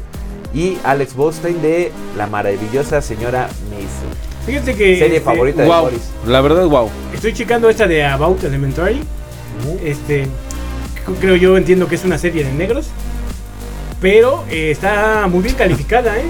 S1: y Alex Bostein de La Maravillosa Señora Mason.
S2: Fíjense que.
S1: Serie
S2: este,
S1: favorita de
S3: Wow,
S1: Boris.
S3: la verdad, wow.
S2: Estoy checando esta de About Elementary. Este. Creo yo entiendo que es una serie de negros. Pero eh, está muy bien calificada, ¿eh?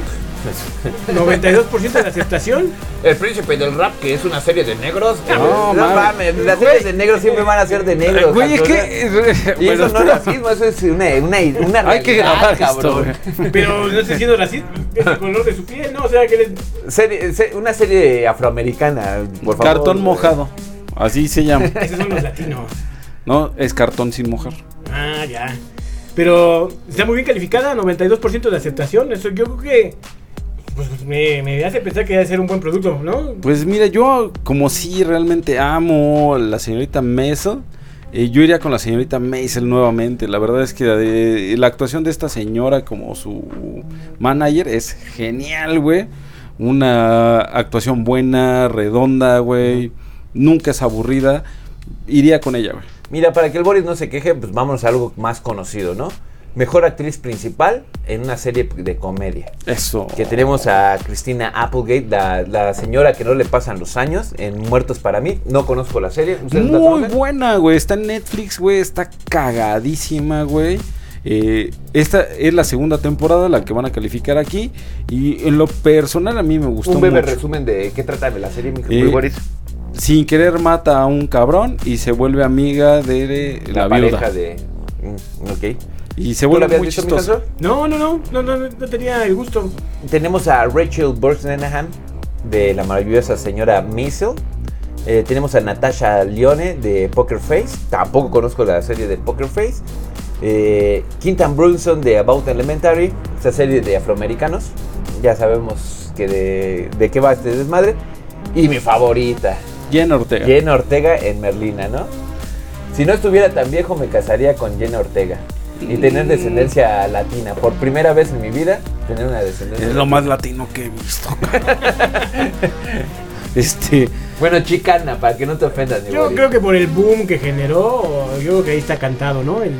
S2: 92% de aceptación.
S4: El príncipe del rap, que es una serie de negros.
S3: No,
S1: No
S3: mames.
S1: mames, las series de negros siempre van a ser de negros.
S3: Güey, es
S1: Hanso,
S3: que. eh,
S1: Y
S3: bueno,
S1: eso no es racismo, eso es una, una, una
S3: Hay que
S1: realidad,
S3: grabar esto,
S1: cabrón.
S3: güey.
S2: Pero no estoy siendo racista. Es el color de su piel, ¿no? O sea, que les.
S1: Serie- se- una serie afroamericana, por favor.
S3: Cartón
S1: güey.
S3: mojado. Así se llama.
S2: Esos son los latinos.
S3: No, es cartón sin mojar.
S2: Ah, ya. Pero está muy bien calificada, 92% de aceptación. Eso yo creo que pues, me, me hace pensar que debe ser un buen producto, ¿no?
S3: Pues mira, yo como sí realmente amo a la señorita Maisel, eh, yo iría con la señorita Maisel nuevamente. La verdad es que la, de- la actuación de esta señora como su manager es genial, güey. Una actuación buena, redonda, güey. Nunca es aburrida. Iría con ella, güey.
S1: Mira, para que el Boris no se queje, pues vámonos a algo más conocido, ¿no? Mejor actriz principal en una serie de comedia.
S3: Eso.
S1: Que tenemos a Cristina Applegate, la, la señora que no le pasan los años, en Muertos para mí. No conozco la serie. ¿ustedes la
S3: Muy
S1: conocen?
S3: buena, güey. Está en Netflix, güey. Está cagadísima, güey. Eh, esta es la segunda temporada, la que van a calificar aquí. Y en lo personal a mí me gustó
S1: Un breve
S3: mucho.
S1: resumen de qué trata de la serie, mi
S3: Eh,
S1: Boris.
S3: Sin querer mata a un cabrón y se vuelve amiga de, de la, viuda.
S1: pareja de... mm, ok.
S3: Y
S1: ¿Tú
S3: se
S1: la
S3: vuelve
S1: habías
S3: muy
S1: visto, mi
S3: chistosa.
S1: Hanso?
S2: No, no, no, no, no, no tenía el gusto.
S1: Tenemos a Rachel Brosnahan de la maravillosa señora Maisel. Eh, tenemos a Natasha Leone de Poker Face. Tampoco conozco la serie de Poker Face. Eh, Quintan Brunson de About Elementary, esta serie de afroamericanos. Ya sabemos que de, de qué va este desmadre. Y mi favorita,
S3: Jenna Ortega.
S1: Jenna Ortega en Merlina, ¿no? Si no estuviera tan viejo, me casaría con Jenna Ortega. Y tener descendencia latina. Por primera vez en mi vida, tener una descendencia
S3: Es lo más latino que he visto, cabrón.
S1: [LAUGHS]
S3: este.
S1: Bueno, chicana, para que no te ofendas, mi
S2: Yo
S1: Boris.
S2: creo que por el boom que generó, yo creo que ahí está cantado, ¿no? El-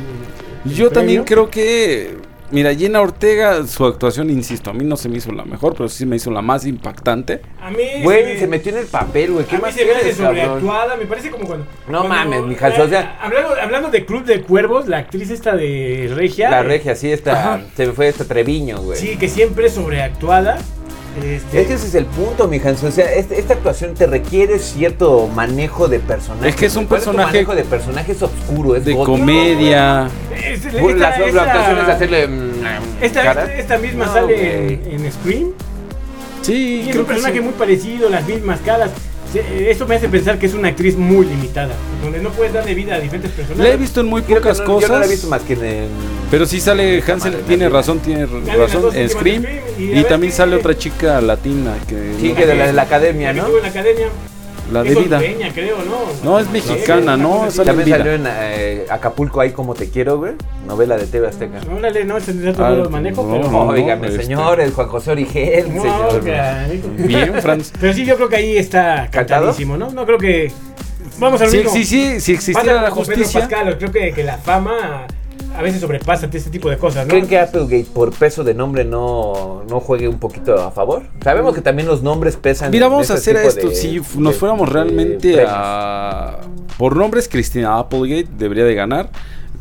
S2: el
S3: Yo también
S2: premio.
S3: creo que. Mira, Jenna Ortega, su actuación, insisto, a mí no se me hizo la mejor, pero sí me hizo la más impactante.
S2: A mí.
S1: Güey, se metió en el papel, güey. ¿Qué
S2: a mí
S1: más
S2: se me hace
S1: quieres, cabrón?
S2: sobreactuada, me parece como cuando.
S1: No
S2: cuando-
S1: mames, mija, o sea-
S2: hablando, hablando de Club de Cuervos, la actriz esta de Regia.
S1: La
S2: eh,
S1: regia, sí, esta, se me fue esta Treviño, güey.
S2: Sí, que siempre es sobreactuada. Este,
S1: Es que ese es el punto, mi Hans. O sea, este- esta actuación te requiere cierto manejo de personaje.
S3: Es que es un
S1: güey. ¿Cuál tu
S3: personaje-
S1: manejo de personaje es oscuro, es
S3: De
S1: gótico,
S3: comedia.
S2: es-
S1: güey. Güey, La,
S2: esta-
S1: la actuación
S2: esta-
S1: es hacerle. mm,
S2: Esta,
S1: cara.
S2: esta- esta misma
S1: No,
S2: sale en,
S1: güey.
S2: en Scream.
S3: Sí,
S2: Y es
S3: creo
S2: un
S3: que
S2: personaje
S3: sí.
S2: muy parecido, las mismas caras. Se- eh, Eso me hace pensar que es una actriz muy limitada, donde no puedes darle vida a diferentes personajes.
S3: La he visto en muy
S1: Creo que
S3: pocas
S1: no- Yo
S3: cosas.
S1: no la he visto más que en. el-
S3: Pero sí sale Hansel,
S1: madre,
S3: tiene
S1: nadie.
S3: razón, tiene
S2: las
S3: razón
S2: dos
S3: en
S2: últimas
S3: Scream.
S2: de Scream, y la
S3: Y
S2: verdad
S3: también
S2: es
S1: [LAUGHS]
S2: que-
S3: sale otra chica latina que.
S1: Sí,
S3: no-
S1: que de la, de la academia,
S2: La que
S1: ¿no?
S2: estuvo en la academia.
S3: La
S2: es
S3: de vida.
S2: hondureña, creo, ¿no?
S3: No, es mexicana,
S2: Una
S3: ¿no?
S2: cosa así.
S3: Sale-
S1: También
S3: en
S1: salió en eh, Acapulco, ahí como te quiero, güey. Novela de TV Azteca.
S2: Órale, no, ese dato
S3: Ah,
S2: no lo manejo,
S3: no,
S2: pero.
S1: No, Óigame,
S3: este-
S1: señor, el Juan José Origel,
S2: No,
S1: señor.
S2: ok.
S3: Bien,
S1: [LAUGHS]
S3: Franz.
S2: Pero sí, yo creo que ahí está
S1: ¿Cantado?
S2: cantadísimo, ¿no? No creo que. Vamos a lo
S3: Sí,
S2: mismo.
S3: sí, sí, si existiera
S2: Pasa
S3: la
S2: como
S3: justicia.
S2: Pedro Pascal, creo que, que la fama a veces sobrepasa este tipo de cosas, ¿no?
S1: ¿Creen que Applegate por peso de nombre no, no juegue un poquito a favor?
S2: Mm.
S1: Sabemos que también los nombres pesan.
S3: Mira,
S1: en
S3: vamos a
S1: este
S3: hacer
S1: tipo
S3: esto.
S1: de-
S3: si f- nos
S1: de-
S3: fuéramos
S1: de
S3: realmente
S1: premios.
S3: a. Por nombres, Cristina Applegate debería de ganar.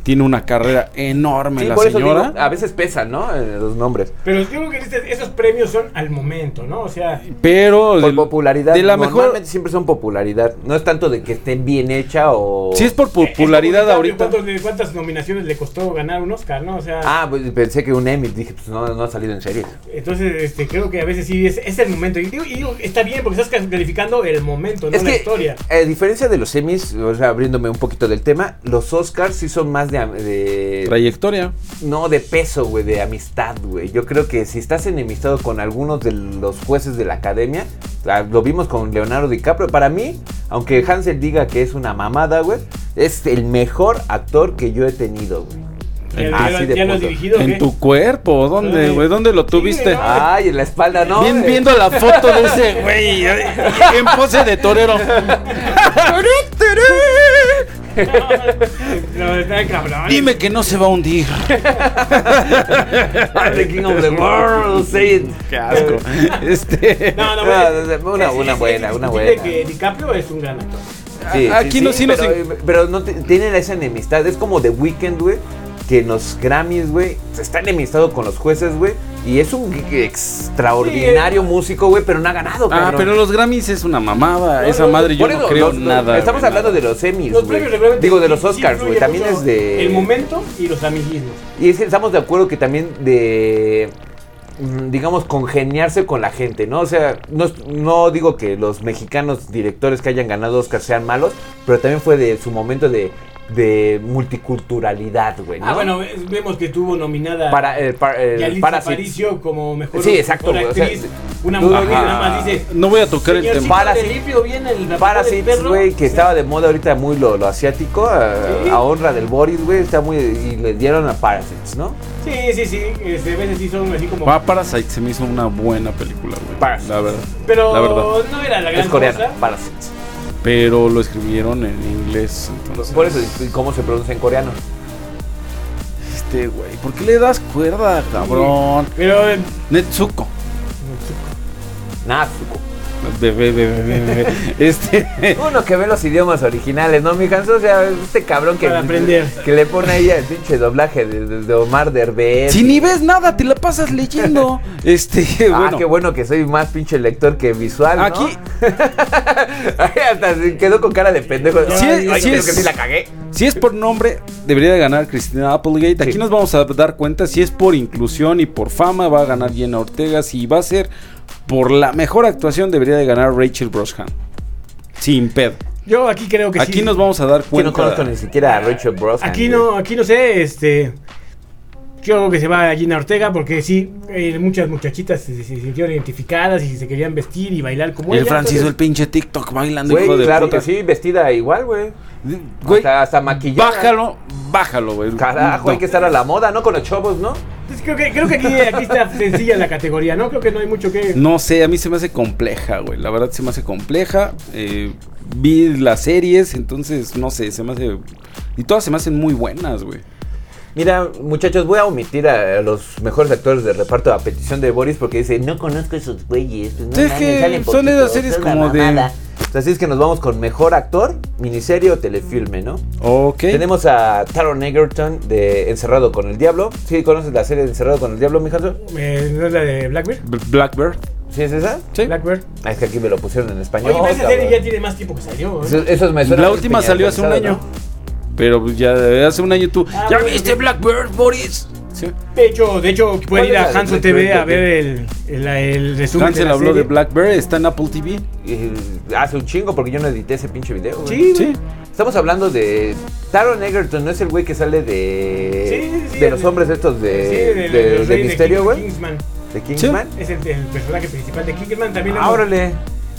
S3: Tiene una carrera enorme
S1: Sí,
S3: la
S1: por eso
S3: señora.
S1: digo, ah, a veces pesan, ¿no? Eh, Los nombres.
S2: Pero yo creo que este- esos premios son al momento, ¿no? O sea,
S3: pero.
S1: Por
S3: de-
S1: popularidad.
S3: De la mejor.
S1: Normalmente siempre son popularidad. No es tanto de que esté bien hecha o.
S3: Si es por popularidad
S2: es como
S3: ahorita.
S2: ¿cuántos- de ¿Cuántas nominaciones le costó ganar un Oscar, no? O sea,
S1: Ah, pues pensé que un Emmy. Dije, pues no, no ha salido en series.
S2: entonces este, creo que a veces sí es, es el momento. Y digo, y digo, está bien porque estás calificando el momento, no la historia.
S1: A diferencia de los Emmys, o sea, abriéndome un poquito del tema, los Oscars sí son más de de, de
S3: Trayectoria.
S1: no de peso, güey, de amistad, güey. Yo creo que si estás enemistado con algunos de los jueces de la academia, la- lo vimos con Leonardo DiCaprio. Para mí, aunque Hansel diga que es una mamada, güey, es el mejor actor que yo he tenido, güey.
S2: ¿Ya,
S1: Ah,
S2: ya
S1: sí,
S2: lo-
S1: de
S2: ya lo has
S1: punto.
S2: dirigido? o qué? [LAUGHS]
S3: En tu cuerpo, ¿dónde,
S2: Sí.
S3: güey? ¿Dónde lo
S2: Sí,
S3: tuviste?
S2: no.
S1: Ay, en la espalda, no.
S3: Bien,
S1: güey. [LAUGHS]
S3: viendo la foto de ese güey ay, en pose de torero.
S2: No, está cabrón.
S3: Dime que no se va a hundir.
S1: I'm the king of the
S3: [LAUGHS]
S1: world, say it.
S3: Qué asco. [LAUGHS] Este,
S2: No, no,
S1: No,
S2: güey.
S1: una-
S2: Es-
S1: una
S2: es
S1: buena, una
S2: indiscutible
S1: buena.
S2: que DiCaprio es un gran actor.
S1: Sí,
S3: Aquí no- sí nos
S1: pero, pero no te- tienen esa enemistad. Es como The Weeknd, güey. Que en los Grammys, güey, se está enemistado con los jueces, güey. Y es un g- extraordinario músico, güey, pero no ha ganado,
S3: ah,
S1: cabrón.
S3: pero los Grammys es una mamada.
S2: No,
S3: Esa
S2: no,
S3: madre yo
S1: Por
S3: no
S1: eso,
S3: creo
S1: los-
S3: nada.
S1: Estamos
S3: güey,
S1: hablando
S3: nada.
S1: de los semis,
S2: Los
S1: güey.
S2: premios regularmente
S1: Digo, de los
S2: sí- sí
S1: Oscars, güey.
S2: influye
S1: También
S2: mucho
S1: es de...
S2: El momento y los amiguismos.
S1: Y es- estamos de acuerdo que también de, mm, digamos, congeniarse con la gente, ¿no? O sea, no, es- no digo que los mexicanos directores que hayan ganado Oscar sean malos, pero también fue de su momento de, de multiculturalidad, güey, ¿no?
S2: Ah, bueno, es- vemos que estuvo nominada
S1: Para eh, el, para
S2: Yalitza
S1: Parasite.
S2: Aparicio como mejor
S1: Sí, exacto,
S2: mejor
S1: güey, o sea,
S2: actriz. una
S1: tú-
S2: mujer que
S1: Ajá.
S2: nada más dice.
S3: No voy a tocar el
S2: "Señorcito
S3: tema.
S1: Parasite.
S2: de limpio viene el rapor del
S1: Parasites,
S2: perro".
S1: güey, que estaba de moda ahorita muy lo, lo asiático, a,
S2: Sí.
S1: a honra del Boris, güey, está muy... y le dieron a Parasites, ¿no?
S2: Sí, sí, sí. este, a veces sí son así como.
S3: Ah, Parasite se me hizo una buena película, güey.
S1: Parasite.
S3: La verdad.
S2: pero
S3: la verdad.
S2: no era la gran
S1: Es coreana,
S2: cosa.
S1: Parasites.
S3: Pero lo escribieron en inglés. Entonces,
S1: Por eso, ¿y cómo se pronuncia en coreano?
S3: Este, güey. ¿Por qué le das cuerda, cabrón?
S2: Pero eh,
S3: Netsuko.
S1: Natsuko.
S3: Bebé,
S1: [LAUGHS]
S3: bebé, bebé. Este.
S1: Uno que ve los idiomas originales, ¿no, mi Hans? O sea, este cabrón que,
S2: Para aprender.
S1: que le pone ahí el pinche doblaje de, de- de Omar Derbez.
S3: Si ni ves nada, te la
S1: [LAUGHS]
S3: pasas leyendo. Este,
S1: Ah,
S3: [LAUGHS] bueno.
S1: qué bueno que soy más pinche lector que visual, ¿no?
S3: Aquí-
S1: [LAUGHS] Hasta se quedó con cara de pendejo.
S2: Sí,
S1: Ay,
S3: sí
S1: creo
S3: es-
S1: que sí la cagué.
S3: Si es por nombre, debería de ganar Cristina Applegate. Aquí
S1: Sí.
S3: nos vamos a dar cuenta si es por inclusión y por fama, va a ganar Jenna Ortega. Si va a ser por la mejor actuación, debería de ganar Rachel Brosnan. Sin pedo.
S2: yo aquí creo que sí.
S3: Aquí nos vamos a dar
S1: Que no
S3: cuenta.
S1: conozco ni siquiera a Richard Brosnan.
S2: Aquí
S1: güey.
S2: no, aquí no sé, este. Yo creo que se va a Gina Ortega porque sí, eh, muchas muchachitas se, se sintieron identificadas y se querían vestir y bailar como
S3: el
S2: ella,
S3: Francis, el
S2: entonces-
S3: pinche TikTok bailando,
S1: Güey,
S3: hijo de
S1: claro
S3: puta.
S1: que sí, vestida igual, güey.
S3: Güey,
S1: Hasta, hasta maquillada.
S3: bájalo, bájalo, güey.
S1: Carajo,
S3: No.
S1: hay que estar a la moda, ¿no? Con los chavos, ¿no?
S2: Entonces pues, creo que, creo que aquí, aquí está sencilla la categoría, ¿no? Creo que no hay mucho que.
S3: No sé, a mí se me hace compleja, güey. La verdad se me hace compleja. Eh, vi las series, entonces no sé, se me hace. Y todas se me hacen muy buenas, güey.
S1: Mira, muchachos, voy a omitir a, a los mejores actores de reparto a petición de Boris porque dice, no conozco esos güeyes. pues, no
S3: Sí, es
S1: mames,
S3: que
S1: salen
S3: son
S1: poquito,
S3: esas series
S1: es una
S3: como de-
S1: mamada". O sea, Así es que nos vamos con mejor actor, miniserie o telefilme, ¿no?
S3: Ok.
S1: Tenemos a Taron Egerton de Encerrado con el Diablo. ¿Sí conoces la serie de Encerrado con el Diablo, mijazo?
S2: Eh, ¿No es la de Blackbird?
S3: B- Blackbird.
S1: ¿Sí es esa?
S3: Sí.
S2: Blackbird.
S1: Ah, es que aquí me lo pusieron en español.
S2: Oye, pero esa
S1: cabrón.
S2: serie ya tiene más tiempo que salió. ¿eh?
S1: Eso- esos me suenan
S3: La última salió hace un año.
S1: especializados,
S3: Pero pues, ya de- hace un año tú.
S2: Ah,
S3: ¿Ya
S2: bueno,
S3: viste
S2: sí.
S3: Blackbird, Boris? Sí.
S2: De hecho, de hecho pueden ir a
S1: es la de
S2: Hanson
S1: Blackbird?
S2: TV a ver el, el, el resumen.
S3: Hansel
S2: la
S3: habló
S2: serie.
S3: de Blackbird, está en Apple TV.
S1: ¿no? Y hace un chingo porque yo no edité ese pinche video. güey.
S2: Sí,
S3: Sí.
S2: sí.
S1: Estamos hablando de Taron Egerton, ¿no es el güey que sale de
S2: Sí, sí, sí,
S1: de
S2: el-
S1: los hombres estos de,
S2: Sí,
S1: de,
S2: del- del
S1: de
S2: rey de
S1: misterio,
S2: King-
S1: güey?
S2: Kingsman.
S1: De Kingsman.
S2: Es el, el personaje principal de Kingsman. También lo
S1: Ah,
S2: hemos-
S1: órale.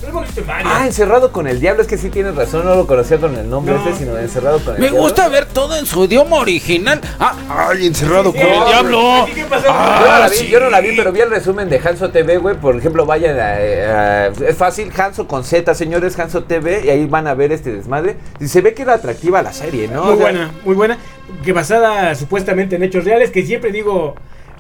S2: lo hemos visto en varias.
S1: Ah, encerrado con el diablo, es que sí tienes razón, no lo conocía con el nombre
S2: No.
S1: este, sino encerrado con el
S3: Me
S1: diablo.
S3: gusta ver todo en su idioma original. Ah, ay, encerrado
S2: Sí,
S3: con
S2: sí,
S3: el
S2: sí.
S3: diablo.
S2: ¿Y qué pasó?
S1: Yo no,
S3: Ah,
S1: la vi,
S3: sí.
S1: yo no la vi, pero vi el resumen de Hanso TV, güey. Por ejemplo, vayan a, eh, a- Es fácil, Hanso con Z, señores, Hanso TV. Y ahí van a ver este desmadre. Y se ve que era atractiva la serie, ¿no?
S2: muy
S1: O sea,
S2: buena, muy buena. Que basada supuestamente en hechos reales, que siempre digo,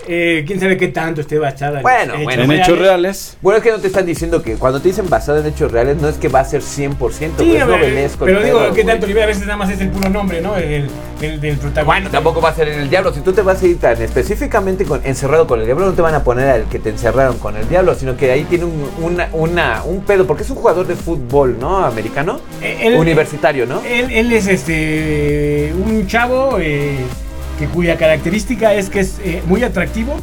S2: eh, quién sabe qué tanto esté basada en
S1: Bueno,
S2: hechos
S1: bueno.
S3: En hechos reales.
S1: Bueno, es que no te están diciendo que cuando te dicen basado en hechos reales, no es que va a ser 100%, güey,
S2: Sí,
S1: es
S2: a ver,
S1: novelesco el
S2: pero digo,
S1: pedo,
S2: ¿qué
S1: güey.
S2: tanto nivel? A veces nada más es el puro nombre, ¿no? El, el- el del
S1: Bueno,
S2: protagonista.
S1: tampoco va a ser en el diablo. Si tú te vas a ir tan específicamente con, encerrado con el diablo, no te van a poner al que te encerraron con el diablo, sino que ahí tiene un, una, una- un pedo, porque es un jugador de fútbol, ¿no? Americano.
S2: Eh, él-
S1: Universitario, ¿no?
S2: Él, él es este un chavo eh, que cuya característica es que es eh, muy atractivo,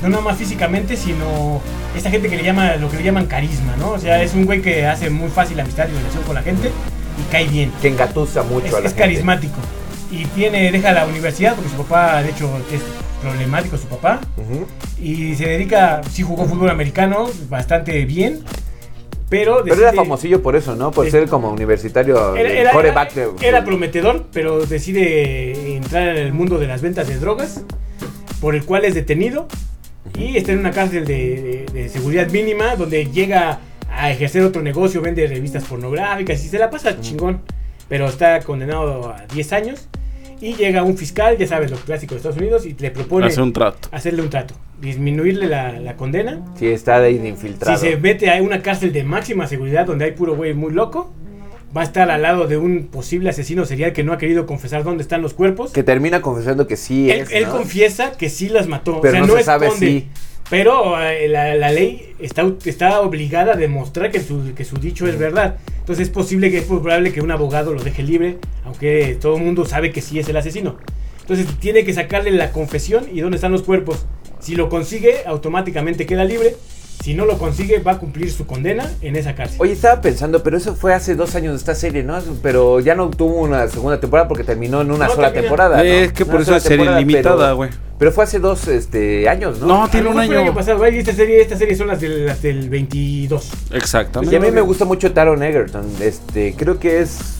S2: no nada más físicamente, sino esta gente que le llama lo que le llaman carisma, ¿no? O sea, es un güey que hace muy fácil amistad y relación con la gente y cae bien.
S1: que engatusa mucho
S2: Es,
S1: a la
S2: es
S1: gente.
S2: carismático. y tiene, deja la universidad porque su papá, de hecho, es problemático su papá.
S1: Ujú.
S2: Y se dedica, sí jugó fútbol americano bastante bien, pero...
S1: Pero era
S2: decide-
S1: famosillo por eso, ¿no? Por
S2: Sí.
S1: ser como universitario
S2: Era,
S1: el
S2: era-
S1: quarterback de-
S2: era prometedor, pero decide entrar en el mundo de las ventas de drogas, por el cual es detenido y está en una cárcel de, de- de seguridad mínima donde llega a ejercer otro negocio, vende revistas pornográficas y se la pasa chingón, pero está condenado a 10 años y llega un fiscal, ya sabes, lo clásico de Estados Unidos, y le propone
S3: Hacer un trato.
S2: hacerle un trato, disminuirle la, la condena.
S1: Sí, está de ahí de infiltrado.
S2: Si se mete a una cárcel de máxima seguridad donde hay puro güey muy loco, va a estar al lado de un posible asesino serial que no ha querido confesar dónde están los cuerpos.
S1: Que termina confesando que sí
S2: él,
S1: es,
S2: él
S1: ¿no?
S2: confiesa que sí las mató,
S1: Pero
S2: o sea,
S1: no
S2: no,
S1: se sabe
S2: esconde.
S1: si-
S2: Pero eh, la, la ley está, está obligada a demostrar que su, que su dicho es verdad. Entonces es posible que es probable que un abogado lo deje libre, aunque todo el mundo sabe que sí es el asesino. Entonces tiene que sacarle la confesión y dónde están los cuerpos. Si lo consigue, automáticamente queda libre. Si no lo consigue, va a cumplir su condena en esa cárcel.
S1: Oye, estaba pensando, pero eso fue hace dos años de esta serie, ¿no? Pero ya no tuvo una segunda temporada porque terminó en una
S2: No,
S1: sola
S2: termina-
S1: temporada. ¿no?
S3: Es que
S1: Una
S3: por eso
S1: sola
S3: es serie
S1: temporada,
S3: limitada,
S1: pero-
S3: güey.
S1: Pero, fue hace dos este, años, ¿no?
S3: No,
S2: A lo
S3: tiene un
S2: mejor fue el
S3: año.
S2: pasado, güey, y esta serie, esta serie son las del, las del 22.
S1: Y a
S3: Exactamente.
S1: mí me gusta mucho Taron Egerton. Este, creo que es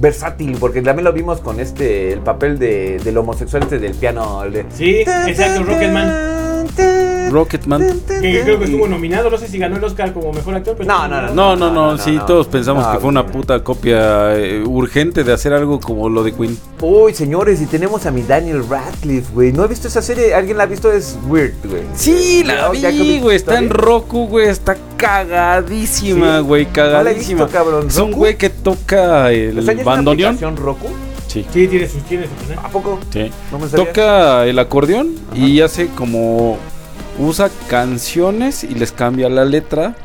S1: versátil porque también lo vimos con este el papel de, del homosexual este del piano el de-
S2: Sí, exacto, Rocketman.
S3: Rocketman.
S2: Que creo que estuvo nominado, no sé si ganó el Oscar como mejor actor. Pero
S1: No,
S2: estuvo
S1: no,
S2: nominado.
S3: No, no,
S1: No,
S3: no,
S1: no,
S3: sí,
S1: no.
S3: todos pensamos
S1: No,
S3: que fue una
S1: güey.
S3: puta copia eh, urgente de hacer algo como lo de Queen.
S1: Uy, señores, y tenemos a mi Daniel Radcliffe, güey. No he visto esa serie, alguien la ha visto, es weird, güey.
S3: Sí, la
S1: Yo, ya que
S3: vi,
S1: vi
S3: güey. Está en
S1: historia.
S3: Roku, güey. Está cagadísima,
S1: Sí.
S3: güey.
S1: No la he
S3: Cagadísima.
S1: visto, cabrón.
S3: es un
S1: ¿Roku? Pues
S3: güey que toca el
S1: O sea, ¿ya es una
S3: bandoneón.
S1: aplicación Roku?
S3: Sí,
S2: Sí, tiene sus, tiene sus, ¿eh? ¿no?
S1: ¿A poco?
S3: sí.
S1: No me sabía.
S3: Toca el acordeón y hace como. Usa canciones y les cambia la letra.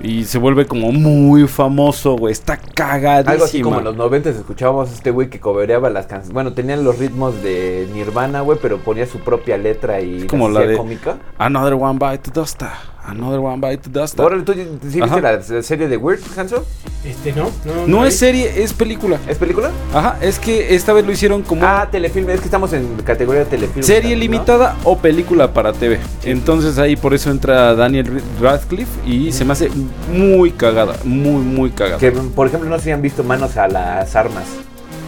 S3: Y se vuelve como muy famoso, güey. Está cagadísima.
S1: Algo así como en los 90 escuchábamos a este güey que cobereaba las canciones. Bueno, tenían los ritmos de Nirvana, güey, pero ponía su propia letra y
S3: como
S1: hacía
S3: la de-
S1: cómica.
S3: Another one bite the dust. Another one bite the dust.
S1: Órale, ¿tú sí
S3: Ajá.
S1: viste la, la serie de Weird, Hanso?
S2: Este, no, no.
S3: No
S2: la
S3: es
S2: vi.
S3: serie, es película.
S1: ¿Es película?
S3: Ajá, es que esta vez lo hicieron como
S1: Ah, telefilm, es que estamos en categoría de telefilm.
S3: serie
S1: ¿no?
S3: limitada o película para TV. Entonces ahí por eso entra Daniel Radcliffe y se me hace muy cagada, muy, muy cagada.
S1: Que, por ejemplo, no se han visto manos a las armas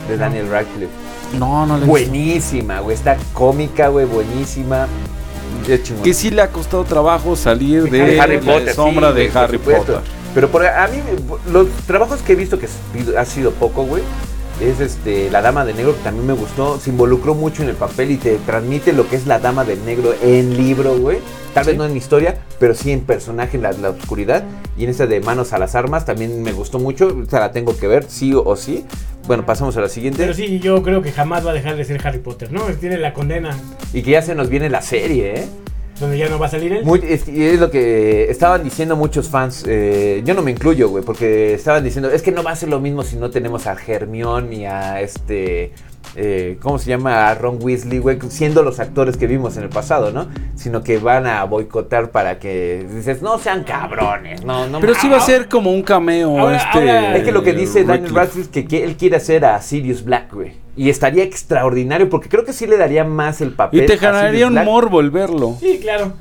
S1: de Daniel Radcliffe.
S3: No, no le
S1: Buenísima, güey. Está cómica, güey. Buenísima. Qué chingón.
S3: Que sí le ha costado trabajo salir de,
S1: De
S3: la
S1: sí,
S3: sombra
S1: güey,
S3: de
S1: por
S3: Harry
S1: supuesto.
S3: Potter.
S1: Pero por, a mí, los trabajos que he visto que ha sido poco, güey, es este La Dama de Negro, que también me gustó. Se involucró mucho en el papel y te transmite lo que es La Dama de Negro en libro, güey. Tal vez no en historia, pero sí en personaje, en la, la oscuridad. Y en esta de Manos a las Armas también me gustó mucho. Esta la tengo que ver, sí o sí. Bueno, pasamos a la siguiente.
S2: Ah. Pero sí, yo creo que jamás va a dejar de ser Harry Potter, ¿no? Tiene la condena
S1: Y que ya se nos viene la serie, ¿eh?
S2: donde ya no va a salir él.
S1: Muy- es, y es lo que estaban diciendo muchos fans. eh, yo no me incluyo, güey, porque estaban diciendo, es que no va a ser lo mismo si no tenemos a Germión y a este. eh, ¿Cómo se llama? A Ron Weasley, güey, siendo los actores que vimos en el pasado, ¿no? Sino que van a boicotar para que dices, no sean cabrones, no, no
S3: Pero
S1: ma-
S3: sí va a ser como un cameo
S2: Ahora-
S3: este.
S2: ahora-
S1: Es que lo que dice Daniel
S3: Radcliffe.
S1: Radcliffe es que qui- él quiere hacer a Sirius Black, güey. Y estaría extraordinario, porque creo que sí le daría más el papel.
S3: Y te
S1: a Sirius
S3: generaría un
S1: Black.
S3: morbo el verlo.
S2: Sí, claro.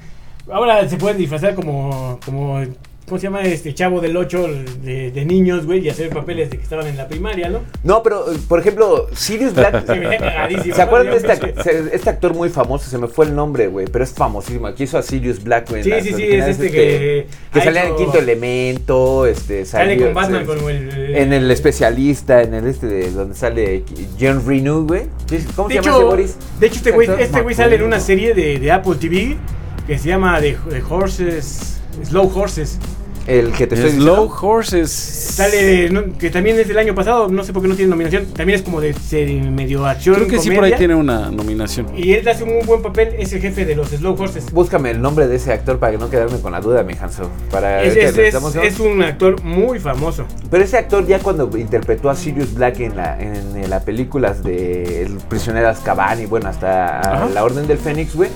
S2: Ahora se pueden disfrazar como, como ¿cómo se llama? Este chavo del 8 de, de niños, güey, y hacer papeles de que estaban en la primaria, ¿no?
S1: No, pero, eh, por ejemplo, Sirius
S2: [LAUGHS]
S1: Black.
S2: Se veía cagadísimo.
S1: ¿Se acuerdan de
S2: Yo
S1: este,
S2: creo
S1: ac- se- este actor muy famoso? Se me fue el nombre, güey, pero es famosísimo. Aquí hizo a Sirius Black, güey. en
S2: Sí,
S1: las
S2: sí, sí,
S1: originales,
S2: es este que
S1: Que
S2: ha
S1: salía en el
S2: hecho-
S1: quinto elemento, este,
S2: Sale
S1: salió-
S2: con Batman,
S1: se-
S2: con el...
S1: En el especialista, en el este, de donde sale John Renew, güey. Sí, ¿Cómo
S2: De
S1: se llama ese
S2: hecho,
S1: Boris?
S2: de hecho, este güey
S1: Actor
S2: este güey
S1: masculino.
S2: sale en una serie de, de Apple TV que se llama The, The Horses, Slow Horses.
S1: El que te estoy
S3: Slow
S1: diciendo.
S3: Horses.
S2: Sale, no, que también es del año pasado, no sé por qué no tiene nominación. También es como de, serie medio acción.
S3: Creo que sí por ahí
S2: comedia,
S3: tiene una nominación.
S2: Y él hace un buen papel, es el jefe de los Slow Horses.
S1: Búscame el nombre de ese actor para que no quedarme con la duda, mi Hanso. Para
S2: Es,
S1: que
S2: es-
S1: lo
S2: es-
S1: estamos-
S2: es un actor muy famoso.
S1: Pero ese actor ya cuando interpretó a Sirius Black en la en, las películas de El prisionero de Azkaban y bueno, hasta
S2: Ajá.
S1: La Orden del Fénix, güey,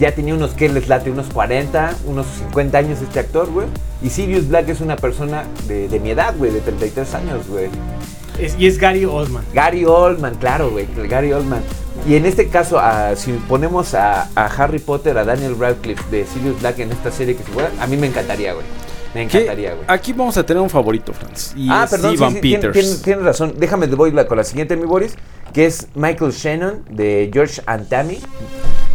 S1: ya tenía unos que les late, unos 40, unos 50 años este actor, güey. Y Sirius Black es una persona de, de mi edad, güey, de 33 años, güey.
S2: Es- y es Gary Oldman.
S1: Gary Oldman, claro, güey, Gary Oldman. Y en este caso, a- si ponemos a, a Harry Potter, a Daniel Radcliffe de Sirius Black en esta serie que se fuera, a mí me encantaría, güey. Me
S3: Que
S1: encantaría, güey.
S3: Aquí vamos a tener un favorito, Franz. Y
S1: ah,
S3: es
S1: perdón, sí,
S3: Evan
S1: sí, tien-
S3: Peters.
S1: tien- tienes razón. Déjame, te voy la- con la siguiente, mi Boris, que es Michael Shannon de George and Tammy.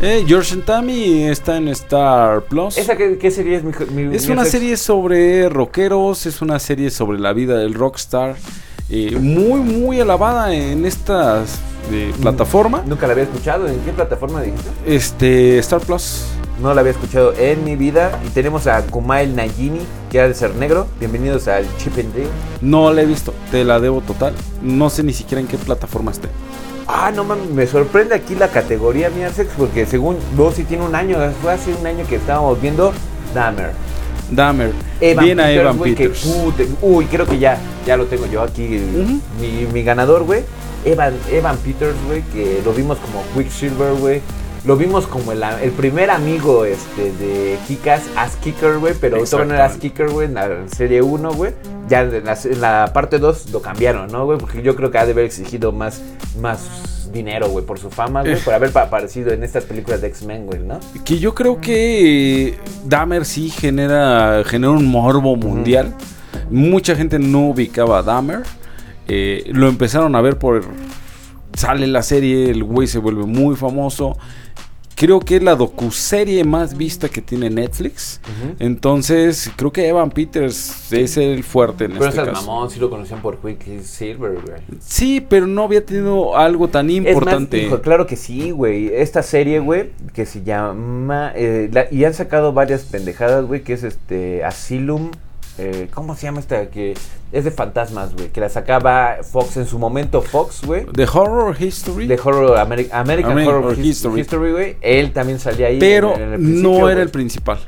S3: Eh, George and Tammy está en Star Plus.
S1: ¿Esa qué, qué serie es, mi, jo- mi-
S3: Es
S1: mi
S3: una
S1: Alex?
S3: serie sobre rockeros, es una serie sobre la vida del rockstar. eh, muy, muy alabada en estas eh, plataforma.
S1: Nunca la había escuchado. ¿En qué plataforma dijiste?
S3: Este, Star Plus.
S1: No la había escuchado en mi vida. Y tenemos a Kumail Najimi, que era de ser negro. Bienvenidos al Chip and Dale.
S3: No la he visto, te la debo total. No sé ni siquiera en qué plataforma esté.
S1: Ah, no mames, me sorprende aquí la categoría mi Alex, porque según vos sí tiene un año, fue hace un año que estábamos viendo Dahmer.
S3: Dahmer.
S1: Evan
S3: Bien a
S1: Peters,
S3: Evan
S1: güey, que
S3: Peters.
S1: pute- uy, creo que ya, ya lo tengo yo aquí,
S3: Ujú.
S1: mi, mi ganador, güey. Evan, Evan Peters, güey, que lo vimos como Quicksilver, güey. Lo vimos como el, el primer amigo este, de Kikas, As Kicker, güey, pero todavía no era As Kicker, güey, en la serie 1, güey. Ya en la, en la parte 2 lo cambiaron, ¿no, güey? Porque yo creo que ha de haber exigido más, más dinero, güey, por su fama,
S3: Eh.
S1: güey, por haber pa- aparecido en estas películas de X-Men, güey, ¿no?
S3: Que yo creo que eh, Dahmer sí genera, genera un morbo mundial. Mucha gente no ubicaba a Dahmer. Eh, lo empezaron a ver por... Sale la serie, el güey se vuelve muy famoso. Creo que es la docuserie más vista que tiene Netflix. Entonces, creo que Evan Peters es el fuerte en
S1: Pero
S3: este
S1: esas
S3: caso.
S1: mamón sí lo conocían por Quicksilver, güey.
S3: Sí, pero no había tenido algo tan
S1: Es más,
S3: importante.
S1: hijo, claro que sí, güey. Esta serie, güey, que se llama. eh, la- y han sacado varias pendejadas, güey, que es este. Asylum. eh, ¿Cómo se llama esta? Que es de fantasmas, güey. Que la sacaba Fox en su momento, Fox, güey.
S3: The Horror History.
S1: De Horror Ameri- American,
S3: American
S1: Horror
S3: Horror
S1: His-
S3: History.
S1: History, güey. Él también salía ahí.
S3: Pero
S1: en- en el
S3: no
S1: principio,
S3: era el
S1: güey.
S3: principal.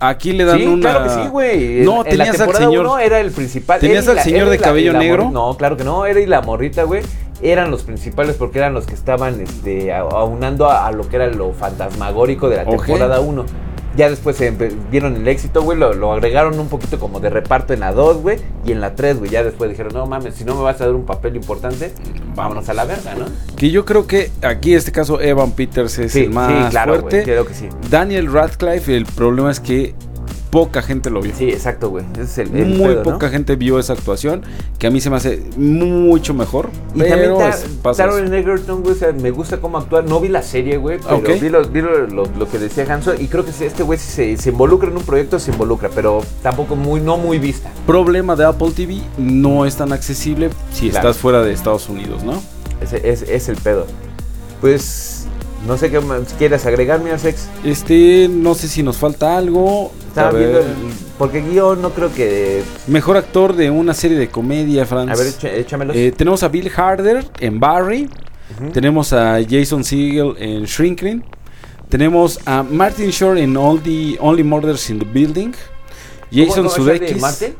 S3: Aquí le dan
S1: Sí,
S3: una.
S1: claro que sí, güey. En-
S3: No,
S1: en la
S3: tenías al
S1: temporada
S3: señor.
S1: uno eh. era el principal.
S3: ¿Tenías
S1: Él y
S3: al
S1: la-
S3: señor
S1: él y
S3: de
S1: la- y
S3: cabello
S1: la morri-
S3: negro?
S1: No, claro que no. Era y la morrita, güey. Eran los principales porque eran los que estaban este, a- aunando a, a lo que era lo fantasmagórico de la
S3: Ok.
S1: temporada 1. Ya después se empe- vieron el éxito, güey. Lo, lo agregaron un poquito como de reparto en la 2, güey. Y en la 3, güey. Ya después dijeron, no mames, si no me vas a dar un papel importante, vámonos a la verga, ¿no?
S3: Que yo creo que aquí, en este caso, Evan Peters es el más
S1: claro, güey.
S3: fuerte.
S1: Creo que sí.
S3: Daniel Radcliffe, el problema es que poca gente lo vio.
S1: Sí, exacto, güey. Ese es el, el
S3: Muy
S1: pedo, ¿no?
S3: poca gente vio esa actuación, que a mí se me hace mucho mejor.
S1: Y
S3: pero
S1: también
S3: es-
S1: Ta-
S3: pasa eso.
S1: Taron Egerton, güey, o sea, me gusta cómo actuar. No vi la serie, güey, pero
S3: Ok.
S1: vi, lo, vi lo- lo- lo que decía Hanson y creo que si este güey si se, se involucra en un proyecto, se involucra, pero tampoco muy, no muy vista.
S3: Problema de Apple TV, no es tan accesible si
S1: Claro.
S3: estás fuera de Estados Unidos, ¿no?
S1: Ese es, es el pedo. Pues, no sé qué más quieras agregar, mi sex.
S3: Este, no sé si nos falta algo.
S1: Estaba
S3: A ver.
S1: viendo el- porque guión no creo que...
S3: Mejor actor de una serie de comedia, Franz.
S1: A ver, echa- échamelos.
S3: Eh, tenemos a Bill Harder en Barry.
S1: Ujú.
S3: Tenemos a Jason Segel en Shrinking. Tenemos a Martin Short en All the Only Murders in the Building.
S1: ¿Cómo-
S3: Jason
S1: cómo es Charlie
S3: Sudeikis.
S1: Martin?